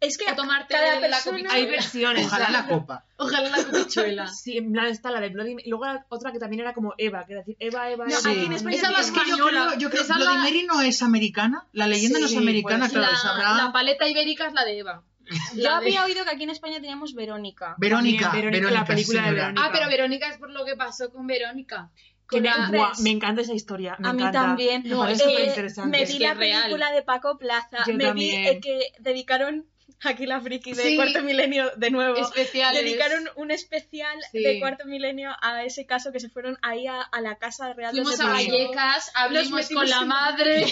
S2: Es que
S3: O tomarte
S2: cada
S3: la
S2: persona-
S3: copichuela.
S1: Hay versiones.
S4: Ojalá
S1: o sea,
S4: la copa.
S3: Ojalá la copichuela.
S1: Sí, en plan está la de Bloody Mary. Y luego la otra que también era como Eva, que era decir Eva, Eva,
S3: No,
S1: Eva.
S4: aquí en
S2: España
S1: Esa
S2: tiene
S1: más
S4: Es que yo
S1: española.
S4: creo, yo creo que
S3: Esa
S4: Bloody
S3: la-
S4: Mary no es americana. La leyenda no es
S1: Sí,
S4: americana,
S1: puede
S4: claro,
S3: la,
S4: sabrá.
S3: la paleta ibérica es la de Eva.
S2: yo
S3: La de-
S2: había oído que aquí en España teníamos Verónica.
S4: Verónica,
S1: También,
S4: Verónica,
S1: la película
S4: sí,
S1: de
S4: señora.
S1: Verónica.
S3: Ah, pero Verónica es por lo que pasó con Verónica.
S1: Que
S3: Con
S1: me,
S3: la-
S1: buah, me encanta esa historia. Me
S2: a mí
S1: encanta.
S2: también.
S1: Me parece
S2: Eh,
S1: súper interesante.
S2: me
S3: Es
S2: vi
S3: que
S2: la
S3: es real.
S2: película de Paco Plaza.
S1: Yo
S2: me vi
S1: también.
S2: eh, que dedicaron aquí la friki de
S3: Sí.
S2: Cuarto Milenio de nuevo.
S3: especiales.
S2: Dedicaron un especial
S3: Sí.
S2: de Cuarto Milenio a ese caso que se fueron ahí a, a la casa real.
S3: Fuimos
S2: donde
S3: a
S2: pasó.
S3: Vallecas,
S2: Los
S3: hablamos
S2: metimos
S3: con la
S2: en-
S3: madre.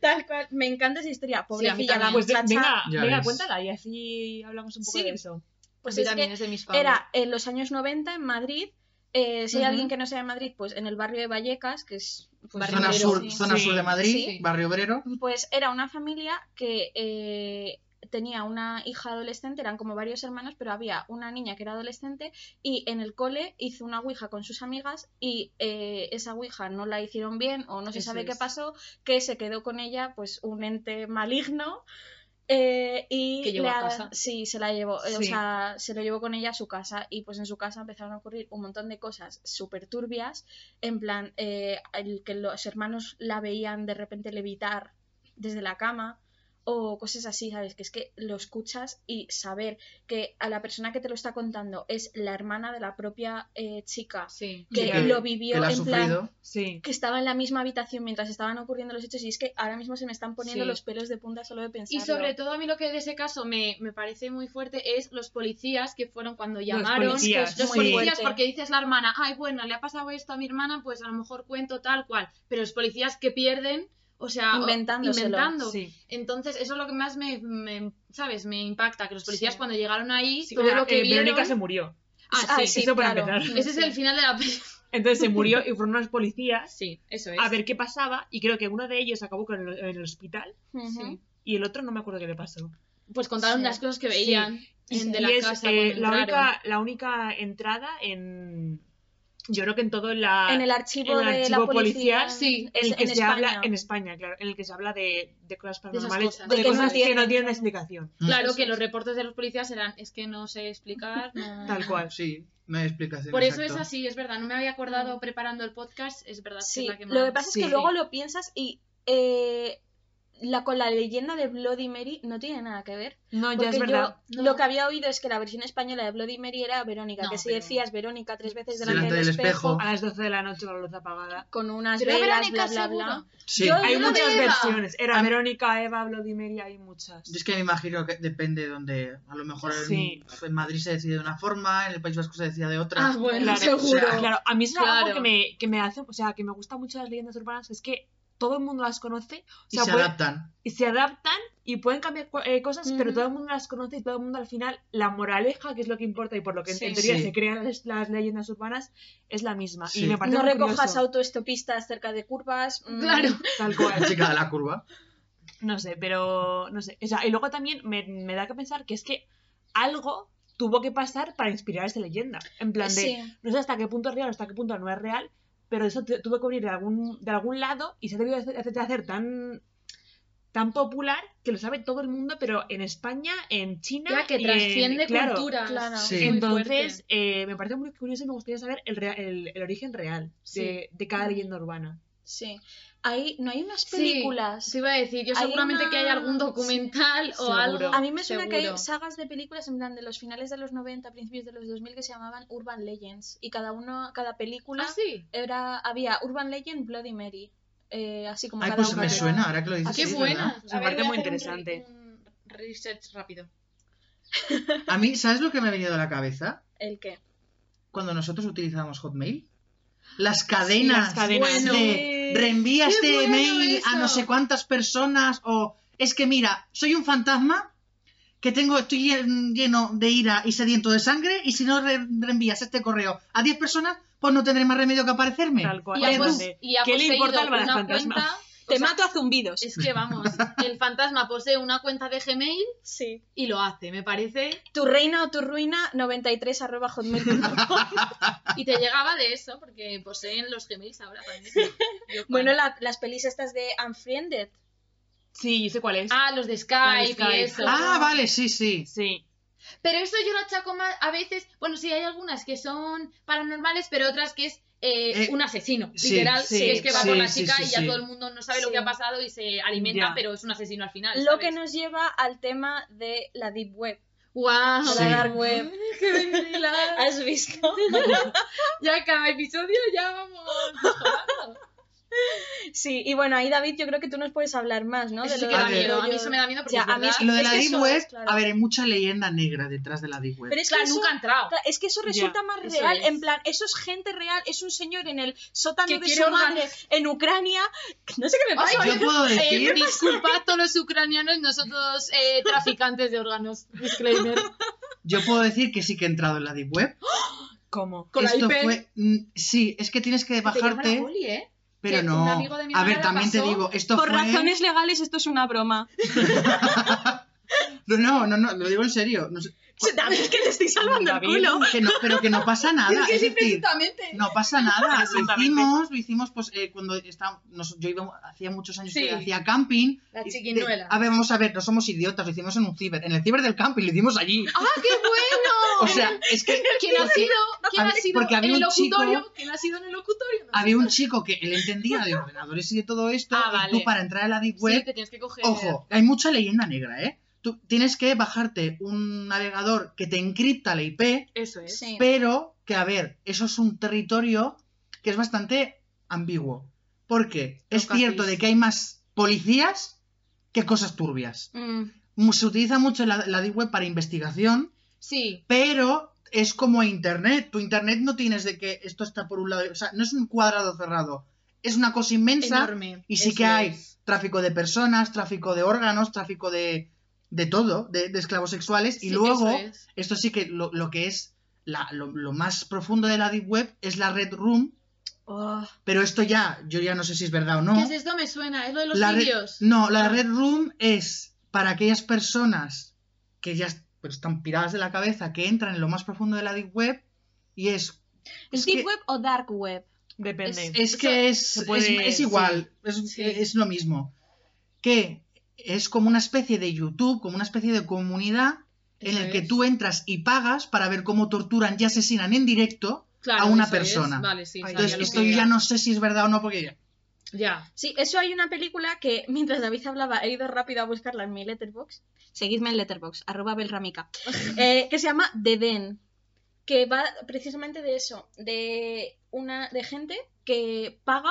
S2: Tal cual. Me encanta esa historia. Pobrecilla la
S3: también.
S1: Pues
S2: muchacha.
S1: venga,
S4: Ya
S1: venga,
S4: ves.
S1: cuéntala y así hablamos un poco
S2: Sí.
S1: de eso.
S2: Pues
S3: Sí,
S2: es que
S3: es de mis
S2: era en los años 90 en Madrid. Eh, si hay
S3: Ujú.
S2: alguien que no sea de Madrid, pues en el barrio de Vallecas, que es pues,
S3: Barrio
S4: Zona,
S3: Obrero,
S4: sur,
S3: sí.
S4: zona
S1: Sí,
S4: sur de Madrid,
S3: sí.
S4: barrio obrero.
S2: Pues era una familia que eh, tenía una hija adolescente, eran como varios hermanos, pero había una niña que era adolescente y en el cole hizo una ouija con sus amigas y eh, esa ouija no la hicieron bien o no se
S3: Eso
S2: sabe qué
S3: es.
S2: pasó, que se quedó con ella pues un ente maligno. eh, y
S3: Que llevó a
S2: la-
S3: casa.
S2: sí se la llevó eh, o
S1: Sí.
S2: sea se lo llevó con ella a su casa y pues en su casa empezaron a ocurrir un montón de cosas súper turbias en plan eh, el que los hermanos la veían de repente levitar desde la cama o cosas así, ¿sabes? Que es que lo escuchas y saber que a la persona que te lo está contando es la hermana de la propia eh, chica
S3: Sí.
S2: que
S4: Sí, que-
S2: lo
S4: Que
S2: vivió
S4: la ha
S2: en plan
S4: sufrido.
S1: Sí.
S2: que estaba en la misma habitación mientras estaban ocurriendo los hechos y es que ahora mismo se me están poniendo
S3: Sí.
S2: los pelos de punta solo de
S3: Y
S2: pensar.
S3: sobre todo a mí lo que de ese caso me, me parece muy fuerte es los policías que fueron cuando llamaron.
S1: policías,
S3: Los
S1: muy
S3: policías,
S2: fuerte.
S3: porque dices la hermana, ay, bueno, le ha pasado esto a mi hermana, pues a lo mejor cuento tal cual. Pero los policías que pierden, o sea, o-
S2: Inventándoselo.
S3: inventando.
S1: Sí.
S3: Entonces, eso es lo que más me, me- ¿sabes? Me impacta, que los policías
S2: Sí.
S3: cuando llegaron ahí,
S1: Sí,
S3: todo
S1: o sea,
S3: lo que
S1: eh,
S3: vieron...
S1: Verónica se murió.
S3: Ah, sí.
S2: sí,
S1: Eso para
S2: claro.
S1: empezar.
S3: Ese es el final de la película.
S1: Entonces se murió y fueron unos policías
S3: Sí, eso es.
S1: a ver qué pasaba y creo que uno de ellos acabó con el- en el hospital
S2: Ujú.
S3: Sí.
S1: y el otro no me acuerdo qué le pasó.
S3: Pues contaron
S2: Sí.
S3: las cosas que
S1: Sí.
S3: veían en- de
S1: Y
S3: la
S1: es,
S3: casa
S1: eh,
S3: cuando
S1: la,
S3: entraron.
S1: única, la única entrada en... Yo creo que en todo la...
S2: En el archivo,
S1: Ah, en el
S2: de la
S1: archivo
S2: policía,
S1: policial,
S3: sí,
S1: en el
S2: es-
S1: que
S2: en
S1: se
S2: España.
S1: habla en España, claro, en el que se habla de, de cosas paranormales,
S3: cosas.
S1: de,
S3: De que
S1: cosas
S3: no
S1: que no
S2: tienen-
S1: tienen explicación,
S3: Claro
S2: Eso
S3: que
S2: es.
S3: los reportes de los policías eran, es que no sé explicar,
S2: Ah,
S3: no...
S1: tal cual.
S4: Sí, no hay explicación.
S3: Por eso es
S4: exacto.
S3: así, es verdad. No me había acordado preparando el podcast, es verdad. que
S2: Sí,
S3: es la que más...
S2: lo que pasa es
S1: Sí.
S2: que luego lo piensas y eh, la, con la leyenda de Bloody Mary no tiene nada que ver.
S1: No, ya
S2: Porque
S1: es verdad.
S2: yo
S3: No.
S2: lo que había oído es que la versión española de Bloody Mary era Verónica,
S3: No,
S2: que si
S3: pero-
S2: decías Verónica tres veces
S4: Delante
S2: delante, del
S4: del
S2: espejo,
S4: espejo.
S1: A las 12 de la noche con la luz apagada.
S2: con unas
S3: Pero
S2: velas,
S3: Verónica
S2: bla, bla, bla.
S3: seguro.
S4: Sí.
S2: Yo-
S1: Hay
S2: Era
S1: muchas
S3: Eva.
S1: versiones. Era
S4: A-
S1: Verónica, Eva, Bloody Mary, hay muchas.
S4: Yo es que me imagino que depende donde. A lo mejor en-
S1: Sí.
S4: en, Madrid se decide de una forma, en el País Vasco se decía de otra.
S3: Ah, bueno,
S1: Claro,
S3: seguro.
S4: o sea,
S1: Claro, a mí es
S3: Claro.
S1: algo que me, que me hace, o sea, que me gusta mucho las leyendas urbanas, es que todo el mundo las conoce, o
S4: y
S1: sea, pues-
S4: se
S1: puede-
S4: adaptan.
S1: y se adaptan y pueden cambiar cu- eh, cosas, pero
S2: Ujú.
S1: todo el mundo las conoce y todo el mundo al final, la moraleja, que es lo que importa y por lo que en-
S3: Sí.
S1: en teoría
S4: Sí.
S1: se crean las, las leyendas urbanas, es la misma.
S4: Sí.
S1: Y me parece
S2: No
S1: muy
S2: recojas
S1: curioso,
S2: autoestopistas cerca de curvas. mm,
S3: Claro.
S1: Tal
S4: La
S1: cual.
S4: chica de la curva.
S1: No sé, pero no sé. O sea, y luego también me, me da que pensar que es que algo tuvo que pasar para inspirar esta leyenda. En plan de,
S2: Sí.
S1: no sé hasta qué punto es real, hasta qué punto no es real, pero eso tu- tuvo que venir de algún, de algún lado y se ha debido hacer, hacer- hacer tan, tan popular que lo sabe todo el mundo, pero en España, en China.
S3: Ya que
S1: y en-
S3: trasciende
S1: claro,
S3: culturas.
S2: claro.
S4: Sí.
S3: Muy
S1: Entonces,
S3: fuerte.
S1: eh, me parece muy curioso y me gustaría saber el, rea- el, el origen real de, de cada leyenda urbana.
S2: Sí. Ahí, no hay unas
S3: Sí,
S2: películas.
S3: Os iba a decir, yo
S2: Hay
S3: seguramente
S2: una-
S3: que hay algún documental o
S1: Seguro.
S3: algo.
S2: A mí me suena que hay
S3: seguro.
S2: sagas de películas en plan de los finales de los 90, principios de los 2000 que se llamaban Urban Legends y cada uno, cada película
S3: Ah, sí.
S2: era había Urban Legend, Bloody Mary, eh, así como
S4: Ay,
S2: cada
S4: pues
S2: uno
S4: me
S2: era-
S4: suena, ahora que lo dices.
S1: Ah,
S3: Qué
S4: sí, es
S3: buena.
S4: verdad.
S1: Me
S3: A ver,
S1: parece
S3: voy a
S1: muy
S3: hacer un
S1: interesante.
S3: re- un research rápido.
S4: A mí, ¿sabes lo que me ha venido a la cabeza?
S2: el que
S4: Cuando nosotros utilizábamos Hotmail. Las cadenas.
S1: las cadenas.
S4: de
S1: Bueno.
S4: reenvía
S3: Qué
S4: este
S3: bueno
S4: email a
S3: eso.
S4: no sé cuántas personas. O es que mira, soy un fantasma que tengo, estoy llen- lleno de ira y sediento de sangre. Y si no re- reenvías este correo a 10 personas, pues no tendré más remedio que aparecerme.
S1: Tal cual.
S3: Y ha,
S4: Oye,
S3: pos-
S1: Entonces,
S3: y ha
S1: ¿Qué le
S3: poseído
S1: importa al
S3: una
S1: fantasma?
S3: cuenta
S2: Te
S3: o sea,
S2: mato a zumbidos.
S3: Es que vamos, el fantasma posee una cuenta de Gmail
S2: Sí.
S3: y lo hace, me parece.
S2: Tu reina o tu ruina, 93 arroba hotmail punto com.
S3: Y te llegaba de eso, porque poseen los Gmails ahora también. Yo, cuando-
S2: Bueno, la- las pelis estas de Unfriended.
S1: Sí, yo sé cuál es.
S3: Ah, los de
S1: La de
S3: Skype,
S1: Skype.
S3: y eso.
S4: Ah, vale, sí, sí.
S1: Sí.
S3: Pero eso yo lo achaco más a veces. Bueno, sí, hay algunas que son paranormales, pero otras que es eh,
S4: Eh,
S3: un asesino,
S4: sí,
S3: literal.
S1: sí,
S3: que es que va
S4: sí,
S3: con la
S4: sí,
S3: chica
S4: sí,
S3: y ya
S4: sí.
S3: todo el mundo no sabe lo
S2: Sí.
S3: que ha pasado y se alimenta,
S1: Ya.
S3: pero es un asesino al final.
S2: Lo que nos lleva al tema de la Deep Web.
S3: ¡Wow!
S2: La
S4: Sí.
S2: Dark Web.
S3: ¡Qué ventilar!
S2: ¿Has visto?
S3: ya cada episodio ya vamos. mejorando.
S2: Sí, y bueno, ahí David, yo creo que tú nos puedes hablar más, ¿no?
S3: Eso sí
S2: lo
S3: que da
S4: de-
S3: miedo. A mí
S2: yo-
S3: eso me da miedo porque
S2: Ya,
S3: Ah, es
S2: a
S3: verdad.
S2: mí
S4: Lo de
S2: Es
S4: la
S2: que
S4: Deep
S2: eso
S4: Web,
S2: es, claro.
S4: a ver, hay mucha leyenda negra detrás de la Deep Web.
S2: Pero es que,
S3: Claro,
S2: eso,
S3: nunca ha entrado.
S2: claro, es que eso
S1: Ya,
S2: resulta más
S3: eso
S2: real,
S3: es.
S2: en plan, eso es gente real, es un señor en el sótano
S3: Que
S2: de
S3: quiere
S2: su madre en Ucrania, no sé qué me pasa.
S3: Ay,
S4: Yo puedo
S3: Eh,
S4: decir,
S3: disculpa a todos los ucranianos, nosotros eh, traficantes de órganos. Disclaimer.
S4: yo puedo decir que sí que he entrado en la Deep Web.
S1: ¿Cómo?
S3: Con la
S4: Esto
S3: IP.
S4: fue, mm, sí, es que tienes que
S3: Te llama la
S4: bajarte,
S3: poli, ¿eh?
S4: pero
S3: que
S4: no.
S3: un amigo de mi
S4: A
S3: hermana
S4: ver,
S3: la
S4: también te
S3: pasó
S4: digo, esto
S2: Por
S4: fue
S2: razones legales esto es una broma.
S4: No, no, no, no, lo digo en serio. No sé-
S2: David, que te estoy salvando
S1: David.
S2: el culo.
S4: que no- pero que no pasa nada.
S2: Es que
S4: es
S2: sí,
S4: decir,
S2: precisamente.
S4: no pasa nada. Lo
S1: Exactamente.
S4: hicimos, lo hicimos pues eh, cuando está- nos- yo iba, hacía muchos años
S3: Sí.
S4: que hacía camping.
S3: La
S4: Y-
S3: chiquinuela.
S4: A ver, vamos a ver, no somos idiotas, lo hicimos en un ciber, en el ciber del camping, lo hicimos allí.
S3: ¡Ah, qué bueno!
S4: O sea, es que
S3: ¿Quién ha
S4: porque
S3: sido? ¿Quién ha
S4: había-
S3: sido
S4: porque había
S3: en el
S4: un chico-
S3: locutorio? ¿Quién ha sido en el locutorio? No
S4: había
S3: sé.
S4: un chico que él entendía de ordenadores y de todo esto,
S3: Ah,
S4: y
S3: vale.
S4: tú para entrar a la deep
S3: Sí,
S4: web
S3: te tienes que coger.
S4: Ojo, hay mucha leyenda negra, ¿eh? Tú tienes que bajarte un navegador que te encripta la IP,
S3: Eso es.
S2: Sí.
S4: pero que, a ver, eso es un territorio que es bastante ambiguo. Porque es
S3: Tocacis.
S4: cierto de que hay más policías que cosas turbias.
S2: Mm,
S4: Mu- Se utiliza mucho la, la Deep Web para investigación,
S3: Sí.
S4: pero es como Internet. Tu Internet no tienes de que esto está por un lado, o sea, no es un cuadrado cerrado. Es una cosa inmensa
S3: Enorme.
S4: y sí
S3: Eso
S4: que hay
S3: es.
S4: tráfico de personas, tráfico de órganos, tráfico de, de todo, de, de esclavos sexuales.
S3: Sí,
S4: y luego,
S3: eso es.
S4: esto sí que lo, lo que es la- lo, lo más profundo de la Deep Web es la Red Room,
S3: Ah.
S2: oh,
S4: pero esto ya, yo ya no sé si es verdad o no.
S3: ¿Qué es esto? Me suena. Es lo de los
S4: La re-
S3: vídeos.
S4: No, la
S3: Ah.
S4: Red Room es para aquellas personas que ya est- pues, están piradas de la cabeza, que entran en lo más profundo de la Deep Web y es...
S2: ¿Es
S4: es
S2: Deep
S4: que-
S2: Web o Dark Web?
S1: Depende.
S4: Es que es,
S1: se puede-
S4: es- es
S1: sí.
S4: igual, es,
S3: Sí.
S4: es lo mismo. Que es como una especie de YouTube, como una especie de comunidad en
S3: Eso
S4: el que
S3: es.
S4: tú entras y pagas para ver cómo torturan y asesinan en directo.
S3: Claro,
S4: a una
S3: eso es.
S4: persona.
S3: Vale, sí.
S1: Ay,
S3: sabía
S4: Entonces,
S3: lo
S4: esto
S3: que
S4: ya
S3: era.
S4: no sé si es verdad o no, porque ya-
S3: Ya.
S2: Sí, eso hay una película que mientras David hablaba he ido rápido a buscarla en mi letterbox. Seguidme en letterbox, arroba belramica. eh, que se llama The Den. Que va precisamente de eso, de una de gente que paga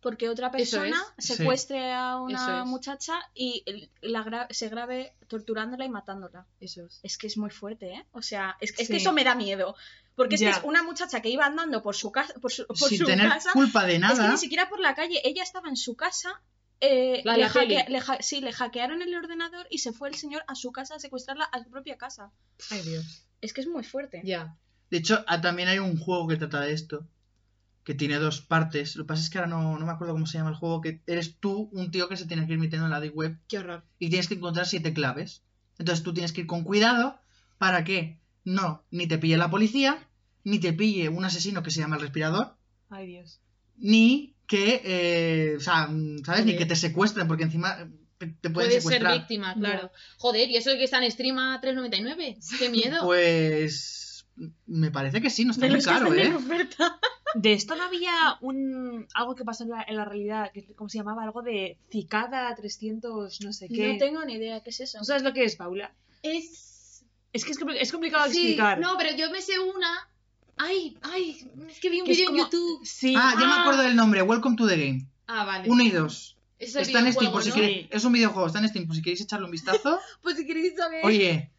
S2: porque otra
S3: Eso
S2: persona
S4: Sí.
S2: secuestre a una
S3: Eso es.
S2: muchacha y la gra- se grabe torturándola y matándola.
S3: Eso es.
S2: Es que es muy fuerte, ¿eh? O sea, es, es que
S1: Sí.
S2: eso me da miedo. Porque es que
S1: Ya.
S2: es una muchacha que iba andando por su casa, por su, por
S4: sin
S2: su
S4: tener
S2: casa.
S4: culpa de
S2: Es que
S4: nada.
S2: ni siquiera por la calle, ella estaba en su casa. eh,
S3: La de
S2: le,
S3: la peli.
S2: hackea- le ha- sí, le hackearon el ordenador y se fue el señor a su casa a secuestrarla a su propia casa.
S1: Ay, Dios.
S2: Es que es muy fuerte.
S3: Ya.
S4: De hecho, ah, también hay un juego que trata de esto, que tiene dos partes. Lo que pasa es que ahora no, no me acuerdo cómo se llama el juego, que eres tú, un tío que se tiene que ir metiendo en la deep web
S3: Qué horror.
S4: y tienes que encontrar siete claves. Entonces tú tienes que ir con cuidado para que no ni te pille la policía, ni te pille un asesino que se llama el respirador,
S1: Ay, Dios.
S4: ni que, eh, o sea, mm, ¿sabes? Ni
S3: Joder.
S4: que te secuestren, porque encima eh, te te pueden
S3: Puedes ser
S4: secuestrar.
S3: víctima, claro. Joder, ¿y eso de que está en stream a 3.99? ¡Qué miedo!
S4: Pues mm, me parece que sí, no está
S2: De
S4: muy
S2: los que
S4: caro,
S2: están en
S4: ¿eh?
S2: oferta.
S1: De esto no había un algo que pasó en la, en la realidad, que, ¿cómo se llamaba? Algo de cicada 300, no sé qué.
S2: No tengo ni idea qué es eso.
S1: ¿No sabes lo que es, Paula?
S3: Es...
S1: Es que es, compli- es complicado de
S3: sí,
S1: explicar.
S3: No, pero yo me sé una. Ay, ay, es que vi un
S2: Que es
S3: vídeo
S2: como-
S3: en YouTube.
S1: Sí.
S4: Ah, ya
S3: Ah.
S4: me acuerdo del nombre, Welcome to the Game.
S3: Ah, vale.
S4: Uno y dos.
S3: Es el
S4: Está en Steam,
S3: videojuego,
S4: por si
S3: ¿no?
S4: queréis. Es un videojuego, está en Steam, por si queréis echarle un vistazo.
S3: Pues si queréis saber.
S4: Oye,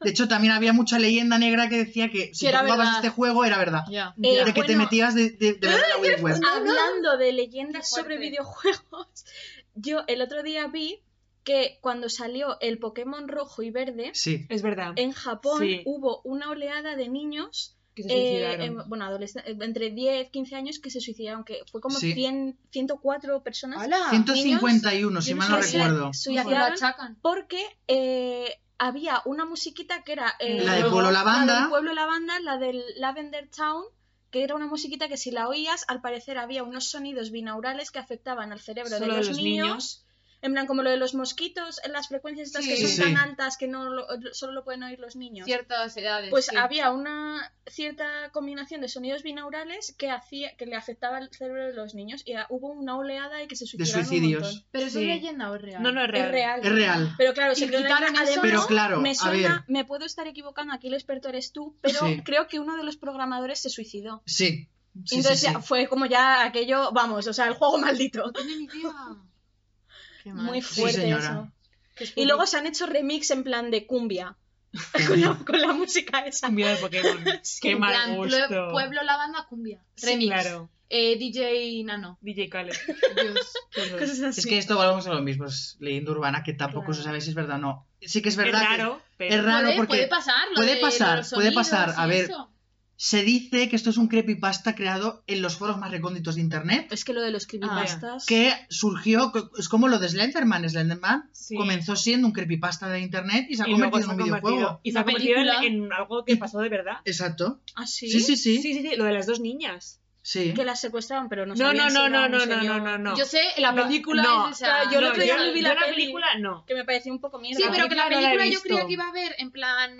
S4: de hecho también había mucha leyenda negra que decía que si
S3: Que era
S4: tú jugabas
S3: verdad.
S4: este juego era verdad.
S3: Ya.
S2: Eh,
S1: Ya.
S4: de que te
S2: bueno,
S4: metías de, de, de verdad en la web.
S2: Hablando de leyendas
S3: Qué fuerte.
S2: sobre videojuegos, yo el otro día vi que cuando salió el Pokémon rojo y verde,
S4: Sí.
S2: Eh,
S1: Es verdad.
S2: en Japón
S1: Sí.
S2: hubo una oleada de niños
S1: que se
S2: Eh,
S1: suicidaron.
S2: em, bueno, adolesc- eh, entre 10, 15 años que se suicidaron, que fue como
S4: Sí.
S2: 100, 104 personas
S1: ¡Hala!
S4: 151, si
S1: niños
S4: mal no
S2: que se
S4: recuerdo.
S3: Y así lo
S2: suicidaron
S3: achacan.
S2: porque eh, había una musiquita que era... eh,
S4: La del
S3: luego,
S4: pueblo
S2: La
S4: Lavanda.
S2: del pueblo Lavanda, la del Lavender Town, que era una musiquita que si la oías, al parecer había unos sonidos binaurales que afectaban al cerebro
S1: Solo
S2: de los, niños,
S1: niños.
S2: En plan, como lo de los mosquitos, en las frecuencias estas que
S3: Sí.
S2: son
S4: Sí.
S2: tan altas que no lo- solo lo pueden oír los niños.
S3: Ciertas edades.
S2: Pues
S3: sí.
S2: había una cierta combinación de sonidos binaurales que hacía que le afectaba al cerebro de los niños y ah, hubo una oleada de que se
S4: De
S2: suicidaron un
S4: suicidios.
S2: montón.
S3: Pero eso
S1: Sí.
S3: es leyenda o es real.
S1: No, no es real.
S2: Es real.
S4: Es real.
S2: Pero claro, se
S3: Y
S2: creó la
S3: quitaron
S2: leyenda,
S3: eso,
S2: además,
S4: Pero claro,
S2: me
S4: a ver.
S2: suena, me puedo estar equivocando, aquí el experto eres tú, pero
S4: Sí.
S2: creo que uno de los programadores se suicidó.
S4: Sí. sí,
S2: Entonces
S4: sí,
S2: ya
S4: sí.
S2: fue como ya aquello, vamos, o sea, el juego maldito.
S3: No tiene ni idea. Qué mal.
S2: Muy
S4: Sí,
S2: fuerte
S4: señora.
S2: eso.
S3: Qué spooky.
S2: Y luego se han hecho remix en plan de cumbia, con
S4: Cumbia.
S2: la, con la música esa.
S1: Cumbia de Pokémon. Qué
S3: En
S1: mal
S3: plan,
S1: gusto.
S3: plue- Pueblo Lavanda Cumbia.
S1: Sí,
S3: Remix.
S1: claro.
S3: Eh, DJ Nano.
S1: DJ Khaled.
S3: Dios.
S2: Cosas así.
S4: Es que esto volvemos a lo mismo, es leyenda urbana que tampoco
S2: Claro.
S4: se sabe si es verdad o no. Sí que es
S1: Es
S4: verdad que
S1: raro, pero...
S4: es raro
S3: Puede-
S4: porque
S3: puede pasar. lo
S4: puede
S3: de
S4: pasar,
S3: los
S4: puede
S3: sonidos
S4: pasar.
S3: y
S4: A ver,
S3: eso.
S4: se dice que esto es un creepypasta creado en los foros más recónditos de internet
S2: Es que lo de los creepypastas...
S4: que surgió, es como lo de Slenderman. Slenderman
S1: Sí.
S4: comenzó siendo un creepypasta de internet y se ha
S1: Y luego
S4: convertido
S1: se
S4: en
S1: ha
S4: un
S1: convertido,
S4: videojuego.
S1: y se ha
S3: Una
S1: convertido en,
S3: película.
S1: en algo que pasó de verdad.
S4: Exacto.
S2: ¿Ah, sí?
S4: Sí, sí, sí.
S1: Sí, sí, sí, lo de las dos niñas.
S4: sí.
S2: Que las secuestraban, pero no
S1: No,
S2: sabían
S1: no,
S2: si
S1: no,
S2: era
S1: no,
S2: un
S1: no, no,
S2: señor.
S1: no, no, no.
S3: Yo sé, la
S1: No,
S3: película
S1: no,
S3: es esa.
S2: yo el otro día
S1: yo-
S2: me vi
S1: yo
S2: la
S1: la
S2: peli.
S1: película, no.
S2: Que me pareció un poco mierda.
S3: Sí,
S1: La
S3: pero que la
S1: película no la he
S3: película yo
S1: visto.
S3: creía que iba a haber en plan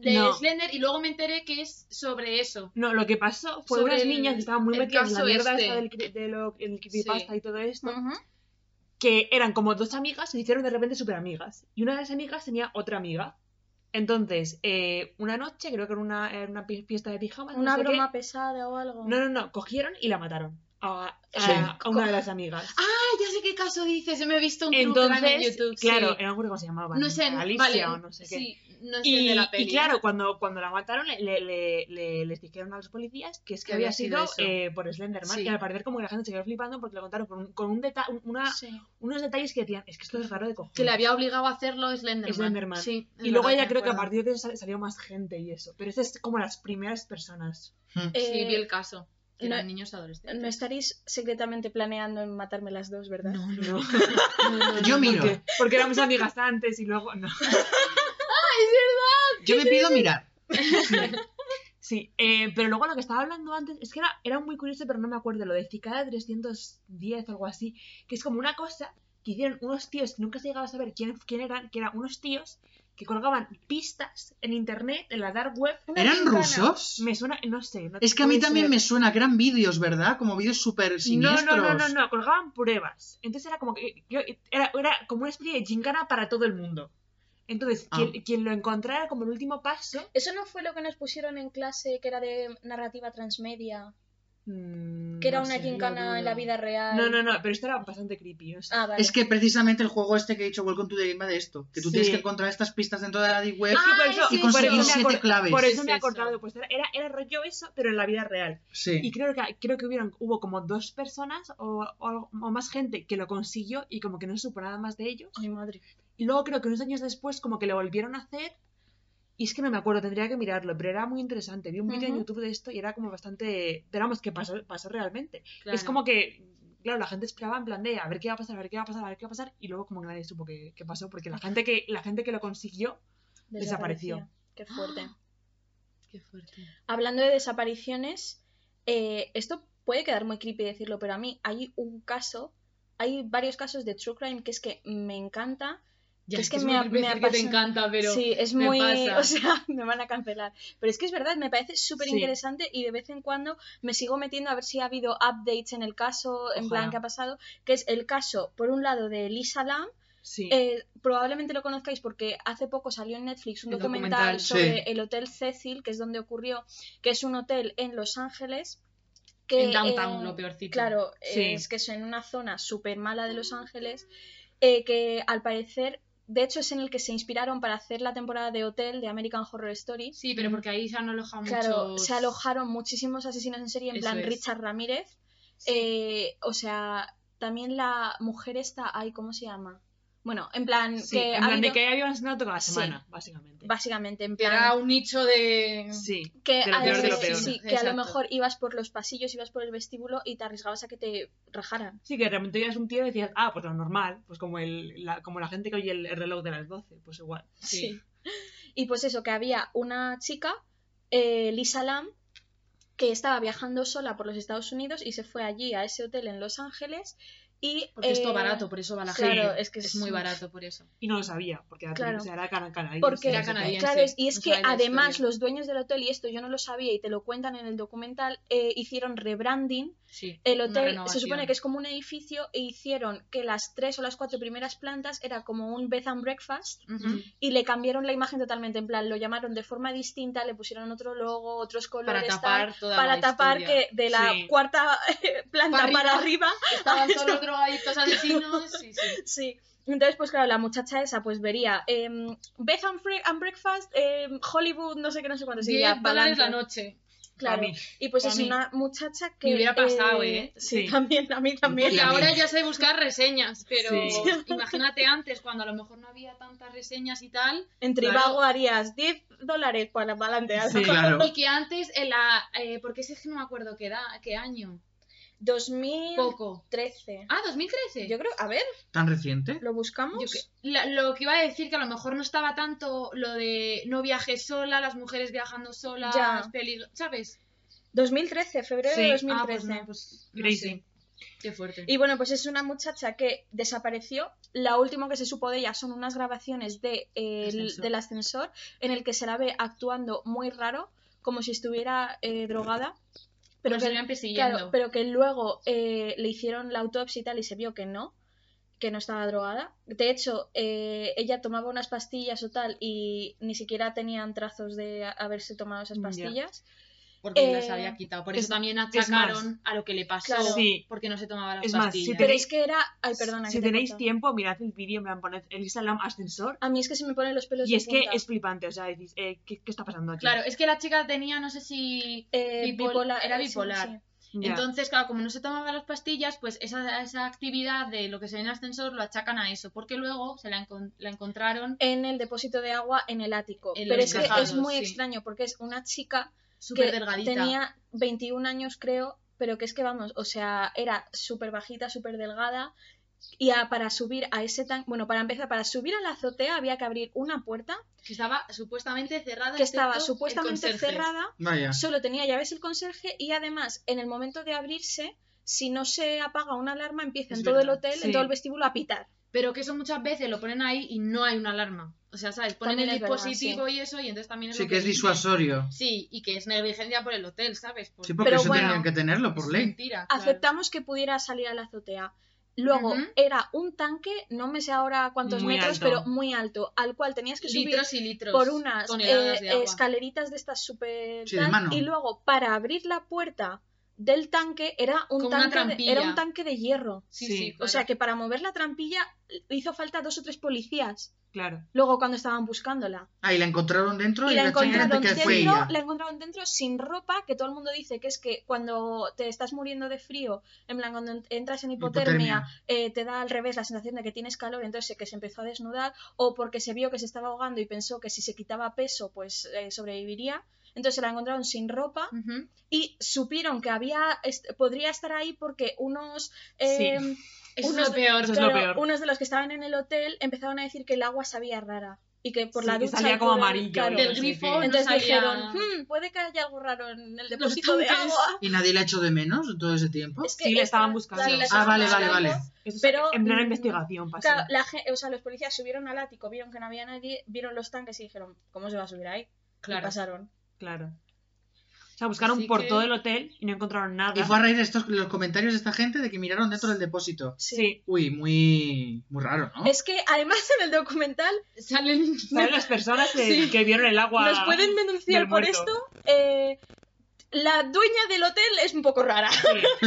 S3: de
S1: No.
S3: Slender y luego me enteré que es sobre eso.
S1: No, lo que pasó fue
S3: Sobre
S1: unas
S3: el-
S1: niñas que estaban muy
S3: el
S1: metidas en la
S3: caso
S1: mierda
S3: este.
S1: esta del, cre- de lo, el creepypasta
S3: Sí. Mm.
S1: y todo esto,
S2: Ujú.
S1: que eran como dos amigas, se hicieron de repente súper amigas. Y una de las amigas tenía otra amiga. Entonces, eh, una noche, creo que era una, era una pi- fiesta de pijamas, no
S2: Una
S1: sé qué,
S2: broma pesada o algo.
S1: No, no, no, cogieron y la mataron a, a-
S4: Sí.
S1: a una de las amigas.
S3: Ah, ya sé qué caso dices, me he visto un true crime en
S1: Entonces,
S3: YouTube. sí.
S1: claro, era un grupo que se llamaba
S3: no sé,
S1: Alicia
S3: vale,
S1: o no sé qué.
S3: Sí, no es el
S1: Y,
S3: de la peli.
S1: y claro, cuando, cuando la mataron, le, le- le- le- les dijeron a los policías que es que
S3: Que
S1: había
S3: había sido
S1: sido
S3: eso.
S1: eh, por Slenderman.
S4: Sí.
S1: Y al parecer, como que la gente se quedó flipando porque lo contaron con, un- con un deta- un- una-
S2: Sí.
S1: unos detalles que decían: Es que esto es raro de cojones.
S3: que le había obligado a hacerlo Slenderman.
S1: Slenderman.
S3: Sí, es
S1: Y luego
S3: verdad,
S1: ella
S3: me
S1: creo que a
S3: acuerdo.
S1: partir de eso sal- salió más gente y eso. Pero esas es como las primeras personas.
S3: Sí,
S2: Eh,
S3: vi el caso. Que
S2: no-
S3: eran niños adolescentes.
S2: No estaréis secretamente planeando en matarme las dos, ¿verdad?
S3: No, no, no,
S1: No.
S3: no, no.
S4: Yo miro,
S1: porque, porque éramos amigas antes y luego. No.
S4: yo me pido mirar.
S1: Sí, eh, pero luego lo que estaba hablando antes es que era, era muy curioso, pero no me acuerdo, lo de Cicada 310 o algo así, que es como una cosa que hicieron unos tíos, que nunca se llegaba a saber quién, quién eran, que eran unos tíos que colgaban pistas en internet, en la dark web.
S2: Una
S4: ¿Eran
S2: ventana.
S4: rusos?
S1: Me suena, no sé. no
S4: Es
S1: te
S4: que a mí
S1: puedo
S4: también
S1: decir.
S4: me suena que eran vídeos, ¿verdad? Como vídeos súper
S1: No,
S4: siniestros.
S1: no, no, no, no, colgaban pruebas. Entonces era como que yo- era, era como una especie de gincana para todo el mundo. Entonces,
S4: Ah.
S1: quien, quien lo encontrara como el último paso,
S2: Eso no fue lo que nos pusieron en clase, que era de narrativa transmedia,
S1: mm,
S2: que era
S1: no
S2: una
S1: sé.
S2: gincana en la vida real.
S1: No, no, no, pero esto era bastante creepy. o sea.
S2: Ah, vale.
S4: Es que precisamente el juego este que he dicho, Welcome to the Game, va de esto. Que tú
S1: Sí.
S4: tienes que encontrar estas pistas dentro de la deep web.
S1: Es que por
S3: Ah,
S1: eso,
S3: sí,
S4: y
S1: por
S4: conseguir
S1: eso me
S4: siete
S1: acor-
S4: claves.
S1: Por
S3: Sí,
S1: eso me he
S3: sí,
S1: acordado,
S3: sí.
S1: pues era, era, era rollo eso, pero en la vida real.
S4: Sí.
S1: Y creo que, creo que hubieron, hubo como dos personas o, o algo- o más gente que lo consiguió y como que no se supo nada más de ellos.
S2: Ay, madre.
S1: Y luego creo que unos años después como que lo volvieron a hacer. Y es que no me acuerdo, tendría que mirarlo, pero era muy interesante. Vi un vídeo en
S2: Ujú.
S1: YouTube de esto y era como bastante... Esperamos que pasó, pasó realmente.
S3: Claro.
S1: Es como que, claro, la gente esperaba en plan de a ver qué va a pasar, a ver qué va a pasar, a ver qué va a pasar. Y luego como que nadie supo qué, qué pasó porque la gente que, la gente que lo consiguió Desapareció.
S2: Desapareció. Qué fuerte.
S3: Qué fuerte.
S2: Hablando de desapariciones, eh, esto puede quedar muy creepy decirlo, pero a mí hay un caso, hay varios casos de true crime que es que me encanta.
S3: Ya,
S2: Es que
S3: es
S2: me
S3: muy
S2: ha-
S3: creepy
S2: me ha
S3: decir que te
S2: pasado-
S3: encanta, pero...
S2: sí, es
S3: me
S2: muy,
S3: pasa.
S2: o sea, me van a cancelar. Pero es que es verdad, me parece súper interesante y de vez en cuando me sigo metiendo a ver si ha habido updates en el caso, en
S1: Ojalá.
S2: plan que ha pasado, que es el caso, por un lado, de Lisa Lam,
S1: sí.
S2: eh, probablemente lo conozcáis porque hace poco salió en Netflix un
S1: El
S2: documental,
S1: documental,
S2: sobre
S4: sí.
S2: el Hotel Cecil, que es donde ocurrió, que es un hotel en Los Ángeles. Que,
S3: en downtown,
S2: eh,
S3: lo peorcito.
S2: Claro,
S1: Sí.
S2: es que es en una zona súper mala de Los Ángeles, eh, que al parecer, de hecho, es en el que se inspiraron para hacer la temporada de Hotel de American Horror Story.
S3: Sí, pero porque ahí se han alojado
S2: Claro,
S3: muchos...
S2: se alojaron muchísimos asesinos en serie, en
S3: Eso
S2: plan
S3: es.
S2: Richard Ramírez.
S3: Sí.
S2: eh, o sea, también la mujer esta, ay, ¿cómo se llama? Bueno, en plan,
S1: Sí,
S2: que
S1: en plan
S2: ha
S1: de
S2: habido-
S1: que había una toda la
S2: Sí.
S1: semana, básicamente.
S2: básicamente, en
S3: Que
S2: plan,
S3: era un nicho de...
S1: Sí.
S2: que,
S4: de lo
S2: a,
S1: peor
S2: lo
S1: de lo
S2: sí,
S1: peor.
S2: sí, que a lo
S3: Exacto.
S2: mejor ibas por los pasillos, ibas por el vestíbulo y te arriesgabas a que te rajaran.
S1: Sí, que realmente oías un tío y decías, ah, pues lo normal, pues como, el, la, como la gente que oye el, el reloj de las 12, pues igual.
S3: Sí.
S2: Y pues eso, que había una chica, eh, Lisa Lam, que estaba viajando sola por los Estados Unidos y se fue allí a ese hotel en Los Ángeles y...
S3: Porque esto
S2: eh,
S3: barato, por eso va la
S1: sí,
S3: gente.
S2: Claro, es que
S3: Es muy barato, por eso.
S1: Y no lo sabía, porque era,
S2: Claro.
S1: o sea, era cana- canadiense,
S2: Porque-
S1: no
S3: Era
S1: sé qué.
S3: canadiense.
S2: Claro, es- y es
S3: no
S2: que
S3: sabía la
S2: además
S3: historia.
S2: los dueños del hotel, y esto yo no lo sabía y te lo cuentan en el documental, eh, hicieron rebranding.
S3: Sí,
S2: El
S3: una
S2: hotel se
S3: renovación.
S2: supone que es como un edificio e hicieron que las tres o las cuatro primeras plantas era como un bed and breakfast
S3: Ujú.
S2: y le cambiaron la imagen totalmente, en plan, lo llamaron de forma distinta, le pusieron otro logo, otros colores,
S3: Para
S2: tal,
S3: tapar toda
S2: para
S3: la
S2: tapar
S3: historia.
S2: que de la
S1: Sí.
S2: cuarta eh, planta
S3: Para
S2: para arriba,
S3: Estaban todos los drogadictos asesinos. Sí, sí.
S2: sí. Entonces, pues claro, la muchacha esa pues vería em, Bed and, Fre- and Breakfast, em, Hollywood, no sé qué, no sé cuánto,
S3: 10 dólares la
S2: Balance.
S3: noche.
S1: Para
S2: Claro.
S1: mí.
S2: Y pues
S3: Pa'
S2: es
S3: mí.
S2: una muchacha que.
S3: Me hubiera pasado, ¿eh?
S2: Sí,
S1: Sí.
S2: también, a mí
S3: Y
S2: también.
S4: La-
S3: ahora ya sé buscar reseñas, pero
S1: Sí.
S3: imagínate antes, cuando a lo mejor no había tantas reseñas y tal, claro.
S2: En Tribago harías 10 dólares para adelante. algo.
S1: Sí.
S4: Claro.
S3: y que antes, en la, eh, porque ese es que no me acuerdo qué, edad, qué año,
S2: 2013.
S3: poco. Ah, 2013.
S2: Yo creo, a ver,
S4: ¿Tan reciente?
S2: ¿lo buscamos?
S3: Yo que- la- lo que iba a decir, que a lo mejor no estaba tanto lo de no viaje sola, las mujeres viajando solas,
S2: Ya.
S3: peligro- ¿sabes?
S2: 2013, febrero de
S1: Sí. Ah, pues
S2: 2013.
S3: Ah, pues no, pues no
S1: Crazy.
S3: sé. Qué fuerte.
S2: Y bueno, pues es una muchacha que desapareció. La última que se supo de ella son unas grabaciones de, eh, el-
S3: Ascensor.
S2: del ascensor en el que se la ve actuando muy raro, como si estuviera eh, drogada. Pero
S3: Pero
S2: que-
S3: seguían persiguiendo.
S2: Claro, pero que luego eh, le hicieron la autopsia y tal y se vio que no, que no estaba drogada. De hecho, eh, ella tomaba unas pastillas o tal y ni siquiera tenían trazos de haberse tomado esas
S1: Ya.
S2: pastillas.
S3: porque
S2: Eh,
S3: las había quitado. Por eso
S1: es-
S3: también
S1: más.
S3: achacaron a lo que le pasó
S2: Claro.
S1: Sí.
S3: porque no se tomaba las
S1: Es más, si
S3: pastillas.
S2: Pero
S1: tenéis-
S2: es que era... Ay, perdona.
S1: si
S2: que te he
S1: tenéis
S2: cortado.
S1: tiempo, mirad el vídeo, me van a poner el Instagram ascensor.
S2: A mí es que se me ponen los pelos
S1: Y
S2: de
S1: es que
S2: punta.
S1: es flipante, o sea, decís, eh, ¿qué, qué está pasando aquí?
S3: Claro, es que la chica tenía, no sé si...
S2: Eh,
S3: bipol-
S2: bipolar-
S3: era
S2: sí,
S3: bipolar.
S2: sí.
S1: Ya.
S3: Entonces, claro, como no se tomaba las pastillas, pues esa, esa actividad de lo que se ve en el ascensor lo achacan a eso, porque luego se la, encon- la encontraron
S2: En el depósito de agua en el ático.
S3: En
S2: Pero
S3: los
S2: es que
S3: tejados,
S2: es muy
S3: sí.
S2: extraño porque es una chica
S3: súper
S2: que
S3: delgadita.
S2: Tenía 21 años, creo, pero que es que vamos, o sea, era súper bajita, súper delgada. Y a- para subir a ese tan. Bueno, para empezar, para subir a la azotea había que abrir una puerta
S3: Que estaba supuestamente cerrada.
S2: que
S3: excepto
S2: estaba
S3: Ah, el
S2: supuestamente
S3: conserje.
S2: cerrada,
S4: Vaya.
S2: solo tenía llaves el conserje y además, en el momento de abrirse, si no se apaga una alarma, empieza
S3: Es
S2: en todo el
S3: verdad,
S2: hotel, en
S1: sí.
S2: todo el vestíbulo a pitar.
S3: Pero que eso muchas veces lo ponen ahí y no hay una alarma. O sea, ¿sabes? Ponen
S2: También
S3: el
S2: es verdad,
S3: dispositivo y eso, y entonces también es
S4: Sí
S3: lo
S4: que es
S3: dicen.
S4: disuasorio.
S3: Sí, y que es negligencia por el hotel, ¿sabes? Por-
S4: Sí, porque
S2: Pero
S4: eso
S2: bueno,
S4: tenían que tenerlo
S3: es
S4: por ley.
S3: Mentira. claro.
S2: Aceptamos que pudiera salir a la azotea. Luego
S3: Ujú.
S2: era un tanque, no me sé ahora cuántos
S1: Muy
S2: metros,
S1: alto.
S2: pero muy alto, al cual tenías que subir
S3: Litros y litros.
S2: por unas
S3: toneladas
S2: eh,
S3: de agua.
S2: escaleritas de estas súper
S4: Sí, de
S2: tal,
S4: mano.
S2: y luego para abrir la puerta del tanque era un
S3: Con una
S2: tanque de,
S3: trampilla.
S2: era un tanque de hierro
S3: Sí,
S1: Sí.
S3: sí,
S2: o
S3: claro.
S2: sea que para mover la trampilla eh, hizo falta dos o tres policías
S1: claro.
S2: luego cuando estaban buscándola
S4: Ah, y la encontraron dentro y,
S2: y la
S4: la chica
S2: encontraron
S4: de que fue
S2: dentro
S4: ella.
S2: la encontraron dentro sin ropa que todo el mundo dice que es que cuando te estás muriendo de frío en plan cuando en- entras en hipotermia,
S4: Hipotermia.
S2: eh, te da al revés la sensación de que tienes calor entonces que se empezó a desnudar o porque se vio que se estaba ahogando y pensó que si se quitaba peso pues eh, sobreviviría entonces se la encontraron sin ropa
S3: Ujú.
S2: y supieron que había est- podría estar ahí porque unos
S1: Sí.
S2: em,
S3: Eso
S2: unos
S3: es lo peor.
S1: Eso es lo peor.
S2: unos de los que estaban en el hotel empezaron a decir que el agua sabía rara y que por
S1: Sí,
S2: la
S1: que
S2: ducha
S1: salía
S2: y
S1: como
S2: por el-
S1: amarillo,
S2: claro.
S1: algo
S3: Del
S1: así
S3: grifo,
S1: que-
S3: no
S2: Entonces
S3: salía-
S2: dijeron, "Hmm, puede que haya algo raro en el depósito de
S3: tanques".
S2: agua.
S4: Y nadie la echó de menos en todo ese tiempo.
S2: Es que
S1: Sí, le
S2: esta-
S1: estaban buscando.
S2: la- la
S1: Ah,
S2: estaban
S4: vale, vale,
S2: buscando.
S4: vale.
S1: Eso es
S2: Pero,
S1: en plena
S2: mm,
S1: investigación pasó.
S2: Claro, la gen- o sea, los policías subieron al ático, vieron que no había nadie, vieron los tanques y dijeron, ¿cómo se va a subir ahí? Y
S3: Claro.
S2: pasaron.
S1: Claro. O sea, buscaron
S3: Así
S1: por
S3: que-
S1: todo el hotel y no encontraron nada.
S4: Y fue a raíz de estos los comentarios de esta gente de que miraron dentro del depósito.
S1: Sí.
S4: Uy, muy, muy raro, ¿no?
S2: Es que además en el documental
S3: Salen
S1: ¿Saben las personas que,
S3: Sí.
S1: que vieron el agua?
S2: nos pueden denunciar
S1: del
S2: por
S1: muerto.
S2: esto. eh, la dueña del hotel es un poco rara.
S1: Sí.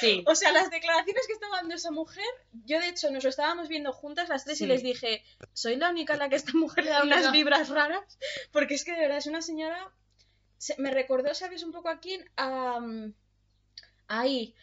S3: Sí.
S2: O sea, las declaraciones que estaba dando esa mujer, yo de hecho nos lo estábamos viendo juntas las tres y
S1: Sí.
S2: les dije, soy la única a la que esta mujer le da unas
S3: Ya.
S2: vibras raras, porque es que de verdad es una señora, se- me recordó, ¿sabes un poco a quién? A... mm, Ay,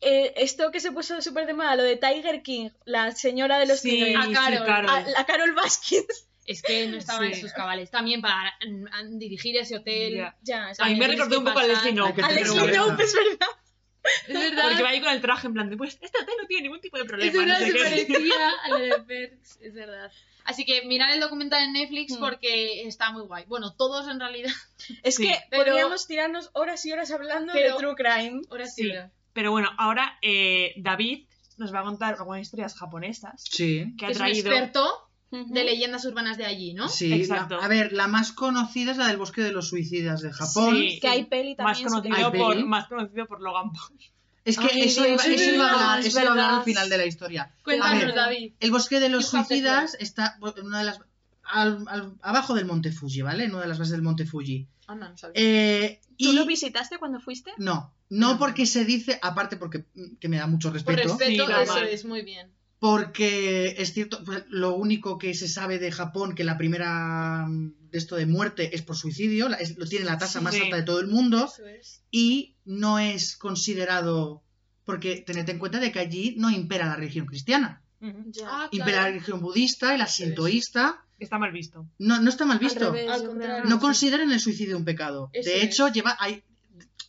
S2: eh, esto que se puso súper de moda, lo de Tiger King, la señora de los
S1: Sí,
S2: tigres,
S3: a Carol,
S1: sí, Carol.
S2: a- la Carol Baskins.
S3: Es que no estaba en
S1: Sí.
S3: sus cabales. También para mm, dirigir ese hotel.
S1: Ya.
S2: Ya,
S1: A mí me
S3: También tienes
S1: recordó un
S3: que
S1: poco a
S3: pasar-
S1: Leslie Knope.
S4: Hay que
S2: Alex
S4: Pero bueno.
S2: López, ¿verdad?
S3: Es verdad.
S1: Porque va ahí con el traje en plan de, pues, esta tele no tiene ningún tipo de problema.
S3: Es verdad,
S1: no sé
S3: se
S1: qué.
S3: parecía a la de Perks, es verdad. Así que mirad el documental en Netflix
S2: Mm.
S3: porque está muy guay. Bueno, todos en realidad.
S2: Es
S1: Sí.
S2: que
S3: Pero-
S2: podríamos tirarnos horas y horas hablando
S3: Pero-
S2: de True Crime.
S3: Ahora sí.
S1: Sí. Pero bueno, ahora eh, David nos va a contar algunas historias japonesas
S4: Sí.
S1: que ha
S3: Que es un
S1: traído.
S3: experto de leyendas urbanas de allí, ¿no?
S4: Sí, la-
S1: Exacto.
S4: a ver, la más conocida es la del bosque de los suicidas de Japón.
S1: Sí.
S2: Que hay peli
S1: Más
S2: también.
S1: conocido,
S4: Ay,
S1: por,
S4: Bill.
S1: más conocido por Logan Paul.
S4: Es que
S1: Ay,
S4: eso,
S1: Dios,
S4: iba,
S1: es
S4: eso iba a
S1: verdad,
S4: hablar,
S1: es
S4: eso iba a hablar al
S1: verdad.
S4: final de la historia. A
S3: Cuéntanos,
S4: ver.
S3: David.
S4: El bosque de los
S3: You have the
S4: suicidas está bueno, en una de las al- al- abajo del monte Fuji, ¿vale? En una de las bases del monte Fuji.
S3: Anda, Ah, no sabía.
S4: Eh,
S2: ¿Tú
S4: y-
S2: lo visitaste cuando fuiste?
S4: No, no
S1: Ah.
S4: porque se dice, aparte porque mm, que me da mucho
S3: Por
S4: respeto,
S3: respeto,
S1: Sí, claro.
S3: eso es muy bien.
S4: porque es cierto, pues, lo único que se sabe de Japón que la primera mm, de esto de muerte es por suicidio, la- es- lo tiene la tasa más
S1: Sí.
S4: alta de todo el mundo
S3: Eso es.
S4: y no es considerado porque tened en cuenta de que allí no impera la religión cristiana,
S2: Ya.
S3: Ah,
S4: impera la
S3: claro.
S4: religión budista y la
S3: es.
S4: sintoísta,
S1: Está mal visto.
S4: no, no está mal visto.
S2: revés,
S3: Al
S2: yo creo.
S3: contrario.
S4: No consideran el suicidio un pecado.
S3: Eso
S4: de hecho,
S3: es.
S4: lleva hay-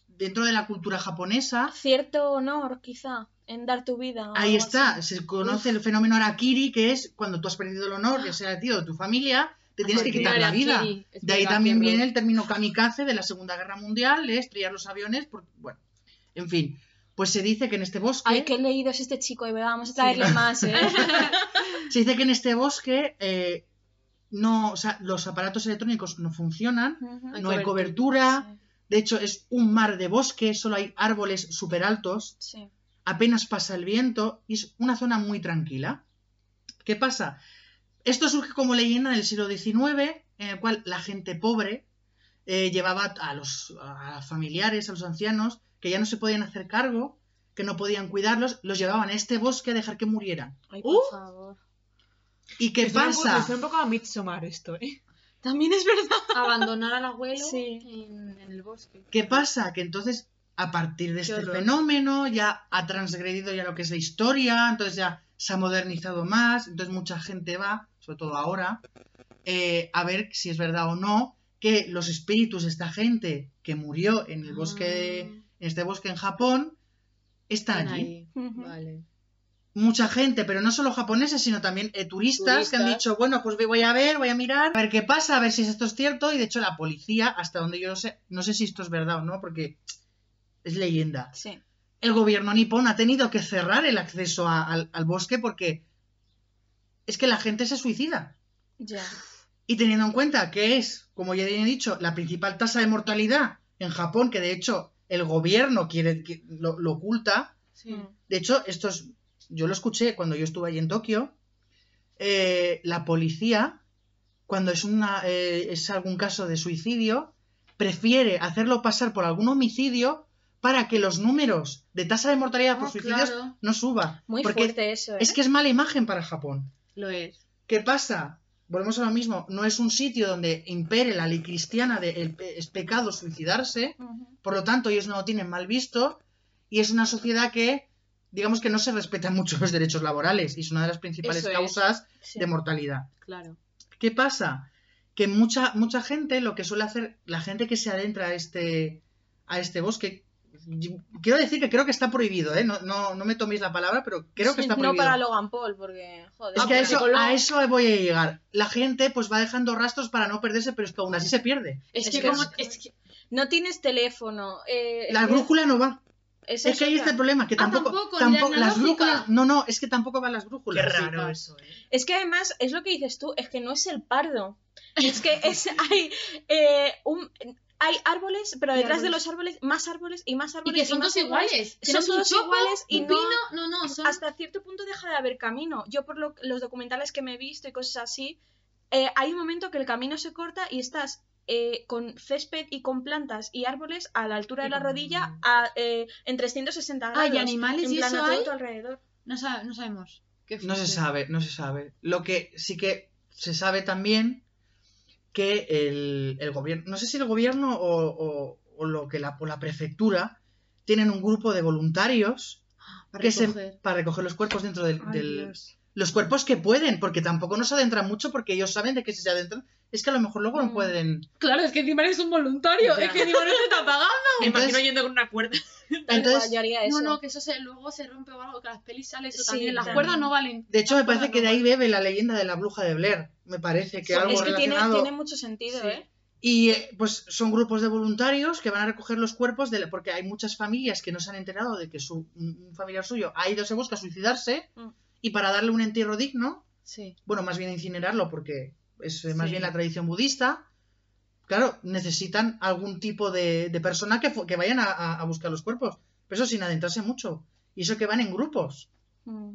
S4: dentro de la cultura japonesa,
S2: Cierto honor, quizá, en dar tu vida. o
S3: Ah,
S4: ahí
S2: algo
S4: está,
S2: así.
S4: se conoce el fenómeno Arakiri, que es cuando tú has perdido el honor, ya sea de ti o de tu familia, te tienes que
S1: Arakiri.
S4: quitar la vida.
S3: Ah. Harakiri, es
S4: De ahí
S3: verdad,
S4: también
S3: qué horror.
S4: viene el término kamikaze de la Segunda Guerra Mundial, de estrellar los aviones, por- bueno, en fin. Pues se dice que en este bosque,
S2: Ay, qué leído es este chico, y vamos a traerle más, ¿eh?
S4: se dice que en este bosque eh, no, o sea, los aparatos electrónicos no funcionan,
S2: Ujú.
S4: no hay
S2: Sí,
S4: cobertura, de hecho es un mar de bosque, solo hay árboles súper altos,
S2: sí.
S4: apenas pasa el viento y es una zona muy tranquila. ¿Qué pasa? Esto surge como leyenda del siglo XIX, en el cual la gente pobre eh, llevaba a los a familiares, a los ancianos, que ya no se podían hacer cargo, que no podían cuidarlos, los llevaban a este bosque a dejar que murieran.
S2: Ay, por
S1: Uh.
S2: favor.
S4: ¿Y qué
S1: Me suena un poco- Me
S4: pasa?
S1: suena un poco a Midsommar esto, ¿eh?
S2: También es verdad.
S3: Abandonar al abuelo
S2: Sí.
S3: en, en el bosque.
S4: ¿Qué pasa? Que entonces, a partir de este
S1: horror.
S4: fenómeno, ya ha transgredido ya lo que es la historia, entonces ya se ha modernizado más, entonces mucha gente va, sobre todo ahora, eh, a ver si es verdad o no que los espíritus de esta gente que murió en el bosque, de- en este bosque en Japón,
S3: Ah,
S4: están allí.
S3: ahí.
S2: pues. Ujú.
S3: Vale.
S4: Mucha gente, pero no solo japoneses, sino también eh, turistas, que han
S3: Turistas.
S4: dicho, bueno, pues voy a ver, voy a mirar, a ver qué pasa, a ver si esto es cierto. Y de hecho la policía, hasta donde yo sé, no sé si esto es verdad o no, porque es leyenda.
S2: Sí.
S4: El gobierno nipón ha tenido que cerrar el acceso a- al, al bosque porque es que la gente se suicida.
S2: Ya.
S4: Y teniendo en cuenta que es, como ya he dicho, la principal tasa de mortalidad en Japón, que de hecho el gobierno quiere, que- lo- lo oculta,
S3: Sí.
S2: Mm.
S4: de hecho, esto es- yo lo escuché cuando yo estuve allí en Tokio. Eh, la policía, cuando es, una, eh, es algún caso de suicidio, prefiere hacerlo pasar por algún homicidio para que los números de tasa de mortalidad por
S3: Ah,
S4: suicidios
S3: claro.
S4: no suba.
S2: Muy
S4: porque
S2: fuerte eso, ¿eh?
S4: es que es mala imagen para Japón.
S3: Lo es.
S4: ¿Qué pasa? Volvemos a lo mismo. No es un sitio donde impere la ley cristiana de el pe- es pecado suicidarse.
S2: Ujú.
S4: Por lo tanto, ellos no lo tienen mal visto y es una sociedad que, digamos que no se respetan mucho los derechos laborales y es una de las principales
S3: Eso es.
S4: causas
S2: Sí.
S4: de mortalidad.
S3: Claro.
S4: ¿Qué pasa? Que mucha, mucha gente, lo que suele hacer, la gente que se adentra a este, a este bosque, y- quiero decir que creo que está prohibido, ¿eh? no, no, no me toméis la palabra, pero creo que
S2: Sí,
S4: está
S2: No
S4: prohibido.
S2: para Logan Paul, porque, joder.
S4: Es que a
S3: Ah,
S4: eso,
S3: porque-
S4: a eso voy a llegar. La gente pues va dejando rastros para no perderse, pero es que aún así se pierde.
S3: Es,
S2: Es
S3: que,
S2: que
S3: como.
S2: es-
S3: es que-
S2: No tienes teléfono. eh,
S4: La
S2: es-
S4: brújula no va.
S2: esa
S4: Es que ahí
S2: otra.
S4: está el problema, que
S3: Ah,
S4: tampoco,
S3: tampoco, ni
S4: tampoco-
S3: la
S4: las
S3: analógica.
S4: brújulas, no, no, es que tampoco van las brújulas. Sí,
S1: eso, ¿eh?
S2: Es que además, es lo que dices tú, es que no es el pardo. Es que es, hay, eh, un- hay árboles, pero
S3: Y
S2: detrás de
S3: árboles.
S2: los árboles, más árboles y más
S3: Y
S2: árboles.
S3: que son
S2: más
S3: todos
S2: árboles.
S3: iguales.
S2: son
S3: Tienes un
S2: todos
S3: chopo,
S2: iguales y
S3: un
S2: no-
S3: pino- No, no, son.
S2: Hasta cierto punto deja de haber camino. Yo por lo- los documentales que me he visto y cosas así, eh, hay un momento que el camino se corta y estás eh, con césped y con plantas y árboles a la altura de
S1: Y
S2: la
S1: con-
S2: rodilla a, eh, en 360
S3: Ah,
S2: grados.
S3: y animales
S2: en
S3: y
S2: plan,
S3: eso
S2: a todo
S3: hay.
S2: tu alrededor.
S3: No, sa- no sabemos. Qué
S4: No se
S3: fuerte.
S4: sabe, no se sabe. Lo que sí que se sabe también que el, el gobierno, no sé si el gobierno o, o- o lo que la, o la prefectura tienen un grupo de voluntarios
S3: Para
S4: que se-
S3: recoger.
S4: para recoger los cuerpos dentro del,
S1: Ay,
S4: del-
S1: Dios.
S4: los cuerpos que pueden, porque tampoco nos adentran mucho, porque ellos saben de que si se adentran, es que a lo mejor luego no
S2: Mm.
S4: pueden.
S3: Claro, es que encima eres un voluntario.
S1: Ya.
S3: Es que encima no te está pagando.
S1: Me
S4: Entonces-
S1: imagino yendo con una cuerda.
S2: Tal
S4: Entonces,
S2: cual, yo haría eso.
S3: No, no, que eso se, luego se rompe o algo, que las pelis sale eso
S2: Sí,
S3: también. Las
S2: también.
S3: cuerdas no valen.
S4: De hecho, me
S3: las
S4: parece
S3: cuerdas
S4: que
S3: no
S4: de ahí
S3: valen.
S4: bebe la leyenda de la bruja de Blair. Me parece que
S1: Es
S4: algo
S2: es que tiene,
S4: relacionado.
S2: tiene mucho sentido,
S1: Sí.
S2: ¿eh?
S4: Y eh, pues son grupos de voluntarios que van a recoger los cuerpos, de la- porque hay muchas familias que no se han enterado de que su, un un familiar suyo ha ido, se busca suicidarse,
S2: Mm.
S4: y para darle un entierro digno,
S3: Sí.
S4: bueno, más bien incinerarlo, porque es eh, más
S1: Sí.
S4: bien la tradición budista, claro, necesitan algún tipo de, de persona que, fu- que vayan a, a- a buscar los cuerpos, pero eso sin adentrarse mucho, y eso que van en grupos.
S2: Mm.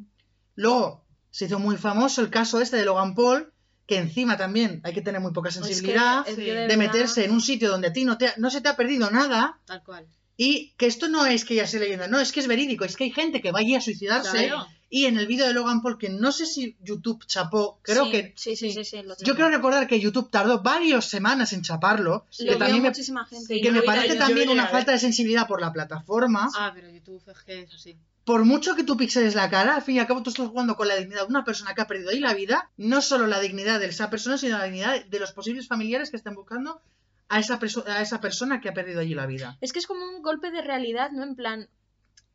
S4: Luego se hizo muy famoso el caso este de Logan Paul, que encima también hay que tener muy poca
S2: Es que,
S4: sensibilidad
S2: eh, yo
S1: sí,
S4: de
S2: verdad-
S4: meterse en un sitio donde a ti no, te ha- no se te ha perdido nada
S3: Tal cual.
S4: y que esto no es que ya sea leyenda, no, es que es verídico, es que hay gente que va allí a suicidarse
S3: Claro.
S4: y en el vídeo de Logan Paul, que no sé si YouTube chapó, creo
S2: Sí,
S4: que...
S2: Sí, sí, sí. sí, lo
S4: Yo
S2: tengo.
S4: creo recordar que YouTube tardó varias semanas en
S2: Lo
S4: chaparlo, que
S2: vio
S4: también me,
S2: muchísima gente.
S1: Sí,
S2: y
S4: que
S2: no
S4: me
S2: lo
S1: vi-
S4: parece
S1: yo- yo
S4: también
S1: llegué a
S4: una
S1: ver.
S4: falta de sensibilidad por la plataforma.
S3: Ah, pero YouTube es que es así.
S4: por mucho que tú pixeles la cara, al fin y al cabo tú estás jugando con la dignidad de una persona que ha perdido ahí la vida, no solo la dignidad de esa persona, sino la dignidad de los posibles familiares que están buscando a esa, perso- a esa persona que ha perdido allí la vida.
S2: Es que es como un golpe de realidad, ¿no? En plan,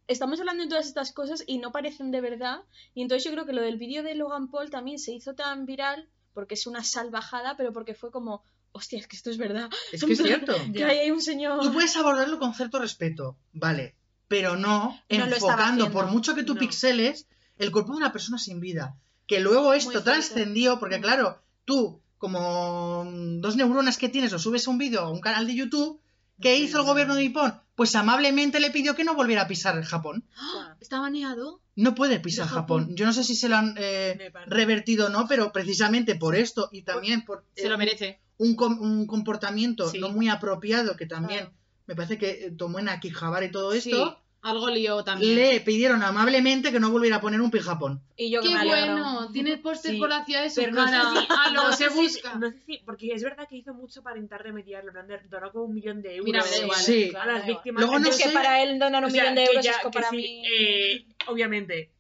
S2: estamos hablando de todas estas cosas y no parecen de verdad. Y entonces yo creo que lo del vídeo de Logan Paul también se hizo tan viral porque es una salvajada, pero porque fue como, hostia, es que esto es verdad.
S4: Es que es cierto.
S2: Que ahí hay un señor.
S4: Tú puedes abordarlo con cierto respeto, vale, pero no
S2: estaba
S4: enfocando,
S2: haciendo,
S4: por mucho que tú
S1: no.
S4: pixeles, el cuerpo de una persona sin vida. Que luego esto
S2: fuerte.
S4: trascendió, porque
S2: Mm.
S4: claro, tú, como mm, dos neuronas que tienes, lo subes a un vídeo a un canal de YouTube, ¿qué hizo el gobierno de Nippon? Pues amablemente le pidió que no volviera a pisar Japón.
S1: ¡Ah!
S3: ¿Está baneado?
S4: No puede pisar
S3: De
S4: Japón.
S3: Japón.
S4: Yo no sé si se lo han eh,
S1: parece.
S4: revertido o no, pero precisamente por esto y también por
S3: Se
S4: eh,
S3: lo merece.
S4: un, com- un comportamiento
S3: Sí.
S4: no muy apropiado que también
S2: Claro.
S4: me parece que eh, tomó en Akihabara y todo
S3: Sí.
S4: esto,
S3: Algo lío también.
S4: le pidieron amablemente que no volviera a poner un pijapón.
S2: Y yo que
S3: ¡Qué
S2: me alegro.
S3: bueno! Tiene póster
S1: Sí,
S3: por la ciudad de su
S1: Pero no sé
S3: cara.
S1: si-
S3: Ah, lo
S1: no
S3: se
S1: sé si-
S3: busca.
S1: no sé si- porque es verdad que hizo mucho para intentar remediarlo. en plan, Donó como un millón de euros
S3: Mira, me da igual.
S4: Sí.
S1: a las víctimas.
S4: Luego no
S2: Entonces,
S4: sé-
S2: que para él donar un
S1: O sea,
S2: millón de
S1: que
S2: euros
S1: ya-
S2: es como
S1: que
S2: para
S1: sí,
S2: mí.
S1: eh, obviamente.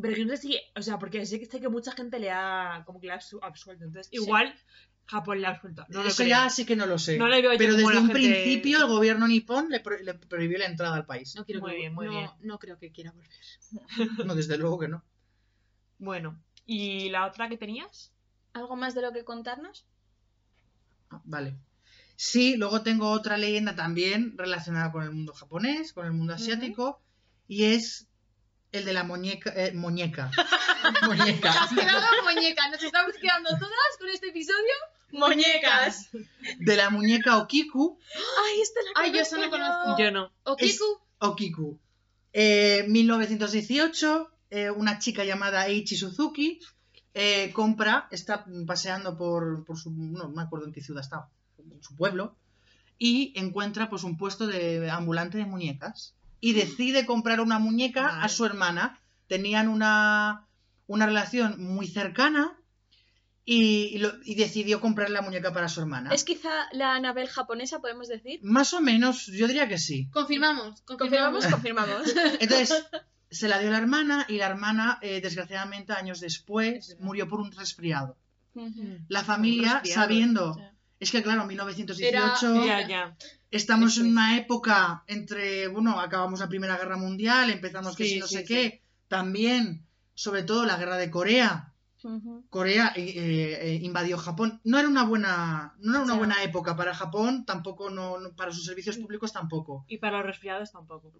S1: Pero que no sé si, o sea, porque sé que sé que mucha gente le ha como que le ha absu- absuelto. Entonces, igual Japón le ha absuelto. No lo
S4: Eso
S1: creo.
S4: ya sí que no lo sé.
S1: No le veo yo
S4: Pero
S1: como
S4: desde
S1: la
S4: un
S1: gente-
S4: principio el gobierno nipón le, pro- le prohibió la entrada al país.
S3: No quiero
S1: Muy
S3: que-
S1: bien, muy
S3: no-
S1: bien.
S3: No creo que quiera volver.
S4: No, desde luego que no.
S1: Bueno, ¿y la otra que tenías?
S2: ¿Algo más de lo que contarnos?
S4: Ah, Vale. Sí, luego tengo otra leyenda también relacionada con el mundo japonés, con el mundo
S2: Ujú.
S4: asiático, y es el de la muñeca. eh, muñeca. muñeca.
S3: quedado muñeca. Nos estamos quedando todas con este episodio.
S2: ¡Muñecas!
S4: De la muñeca Okiku.
S2: ¡Ay, esta la
S3: Ay, yo esa no conozco.
S1: Yo no.
S3: Okiku.
S4: Okiku. Eh, 1918, eh, una chica llamada Eichi Suzuki eh, compra, está paseando por, por su, no me acuerdo en qué ciudad estaba, su pueblo, y encuentra pues un puesto de ambulante de muñecas y decide comprar una muñeca a
S1: Vale.
S4: su hermana. Tenían una, una relación muy cercana y, y lo- y decidió comprar la muñeca para su hermana.
S2: Es quizá la Anabel japonesa, podemos decir.
S4: Más o menos, yo diría que sí.
S3: Confirmamos.
S2: Confirmamos,
S3: Confirmamos.
S2: confirmamos.
S4: Entonces, se la dio la hermana y la hermana, eh, desgraciadamente, años
S3: Es
S4: después,
S3: verdad.
S4: murió por un resfriado.
S2: Ujú.
S4: La familia,
S1: resfriado,
S4: sabiendo...
S2: sea.
S4: Es que, claro, en 1918
S3: Era-
S1: Ya, ya.
S4: estamos
S3: eso
S4: en
S3: es.
S4: una época entre, bueno, acabamos la Primera Guerra Mundial, empezamos que
S1: Sí,
S4: si no
S1: sí,
S4: sé
S1: sí.
S4: qué, también, sobre todo, la guerra de Corea.
S2: Ujú.
S4: Corea eh, eh, eh, invadió Japón. No era una buena, no era una
S2: Ya.
S4: buena época para Japón, tampoco no- no, para sus servicios públicos tampoco.
S1: Y para los resfriados tampoco.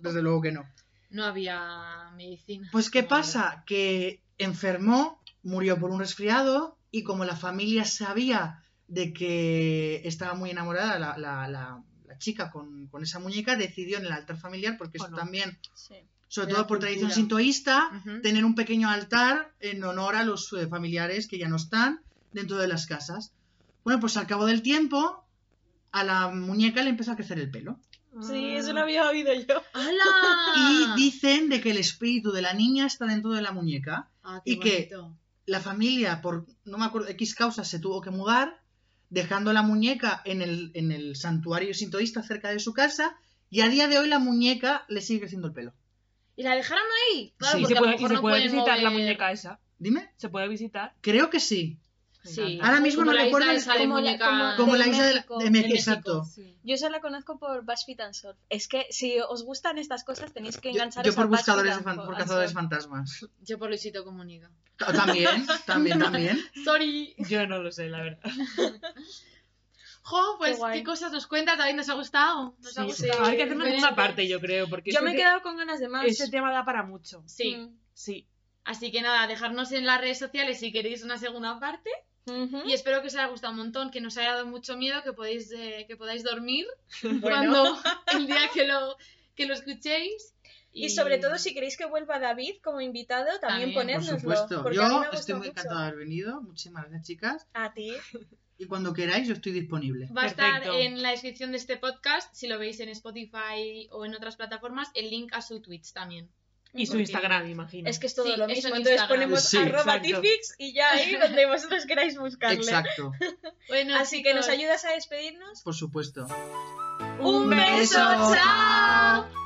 S4: Desde luego que no.
S3: No había medicina.
S4: Pues ¿qué
S3: No
S4: pasa? Que enfermó, murió por un resfriado y como la familia sabía de que estaba muy enamorada la, la- la- la chica con, con esa muñeca, decidió en el altar familiar, porque eso
S1: Bueno.
S4: también,
S2: Sí.
S4: sobre
S3: De la
S4: todo por tradición
S3: cultura.
S4: sintoísta,
S3: había. Ujú.
S4: tener un pequeño altar en honor a los eh, familiares que ya no están dentro de las casas. Bueno, pues al cabo del tiempo, a la muñeca le empezó a crecer el pelo.
S2: Sí, eso
S1: Ah.
S2: lo había oído yo.
S3: ¡Hala!
S4: Y dicen de que el espíritu de la niña está dentro de la muñeca.
S3: Ah,
S4: y que- la familia, por no me acuerdo, X causas, se tuvo que mudar, dejando la muñeca en el, en el santuario sintoísta cerca de su casa, y a día de hoy la muñeca le sigue creciendo el pelo.
S3: ¿Y la dejaron ahí? Claro,
S4: Sí,
S1: Y
S3: porque
S1: se
S3: a lo mejor
S1: puede, y se
S3: no
S1: puede
S3: pueden
S1: visitar la
S3: mover-
S1: muñeca esa.
S4: Dime,
S1: Se puede visitar.
S4: creo que sí.
S1: Me
S3: Sí.
S1: encanta.
S4: Ahora mismo
S3: Como
S4: no
S3: la
S4: recuerdo
S3: isla
S4: el-
S3: esa de
S2: como la-
S3: muñeca-
S2: como-
S4: Como
S2: De
S4: la isla de la-
S2: México,
S4: de México,
S3: de México.
S4: exacto.
S1: Sí.
S2: Yo solo la conozco por BuzzFeed Unsolved. Es que si os gustan estas cosas tenéis que
S4: Yo,
S2: engancharos
S4: yo por
S2: a BuzzFeed
S4: buscadores de fan-
S2: Unsolved.
S4: por cazadores fantasmas.
S3: Yo por Luisito Comunica.
S4: Ta- También, también, también.
S3: Sorry.
S1: Yo no lo sé, la verdad.
S3: Jo, pues
S2: Qué
S3: qué,
S2: guay.
S3: cosas nos cuentas, David, nos ha gustado. Nos ha
S1: Sí,
S3: gustado.
S1: Hay que hacer una segunda
S3: Diferente.
S1: parte, yo creo, porque
S2: Yo
S1: este
S2: me he
S1: te-
S2: quedado con ganas de más.
S1: este tema da para mucho.
S3: Sí.
S2: Mm.
S1: Sí.
S3: Así que nada, dejarnos en las redes sociales si queréis una segunda parte.
S2: Ujú.
S3: Y espero que os haya gustado un montón, que no os haya dado mucho miedo, que, podéis, eh, que podáis dormir
S2: Bueno.
S3: cuando el día que lo, que lo escuchéis.
S2: Y sobre todo, si queréis que vuelva David como invitado, también,
S3: También, por
S4: Por
S2: ponednoslo.
S4: supuesto.
S2: porque a mí
S4: Yo
S2: me gusta
S4: estoy muy
S2: mucho.
S4: encantada de haber venido. Muchísimas gracias, chicas.
S2: A ti.
S4: Y cuando queráis, yo estoy disponible.
S3: Va a estar
S1: Perfecto.
S3: en la descripción de este podcast, si lo veis en Spotify o en otras plataformas, el link a su Twitch también.
S1: Y su
S3: Porque-
S1: Instagram, imagino.
S2: Es que es todo
S3: Sí, eso
S2: lo
S3: en
S2: mismo. Entonces
S3: Instagram.
S2: ponemos
S4: Sí,
S2: arroba
S1: exacto.
S2: tifix y ya ahí donde vosotros queráis buscarle.
S4: Exacto,
S3: Bueno,
S2: Así que nos
S3: chicos,
S2: ayudas a despedirnos.
S4: por supuesto.
S2: ¡Un beso!
S4: beso,
S2: ¡Chao!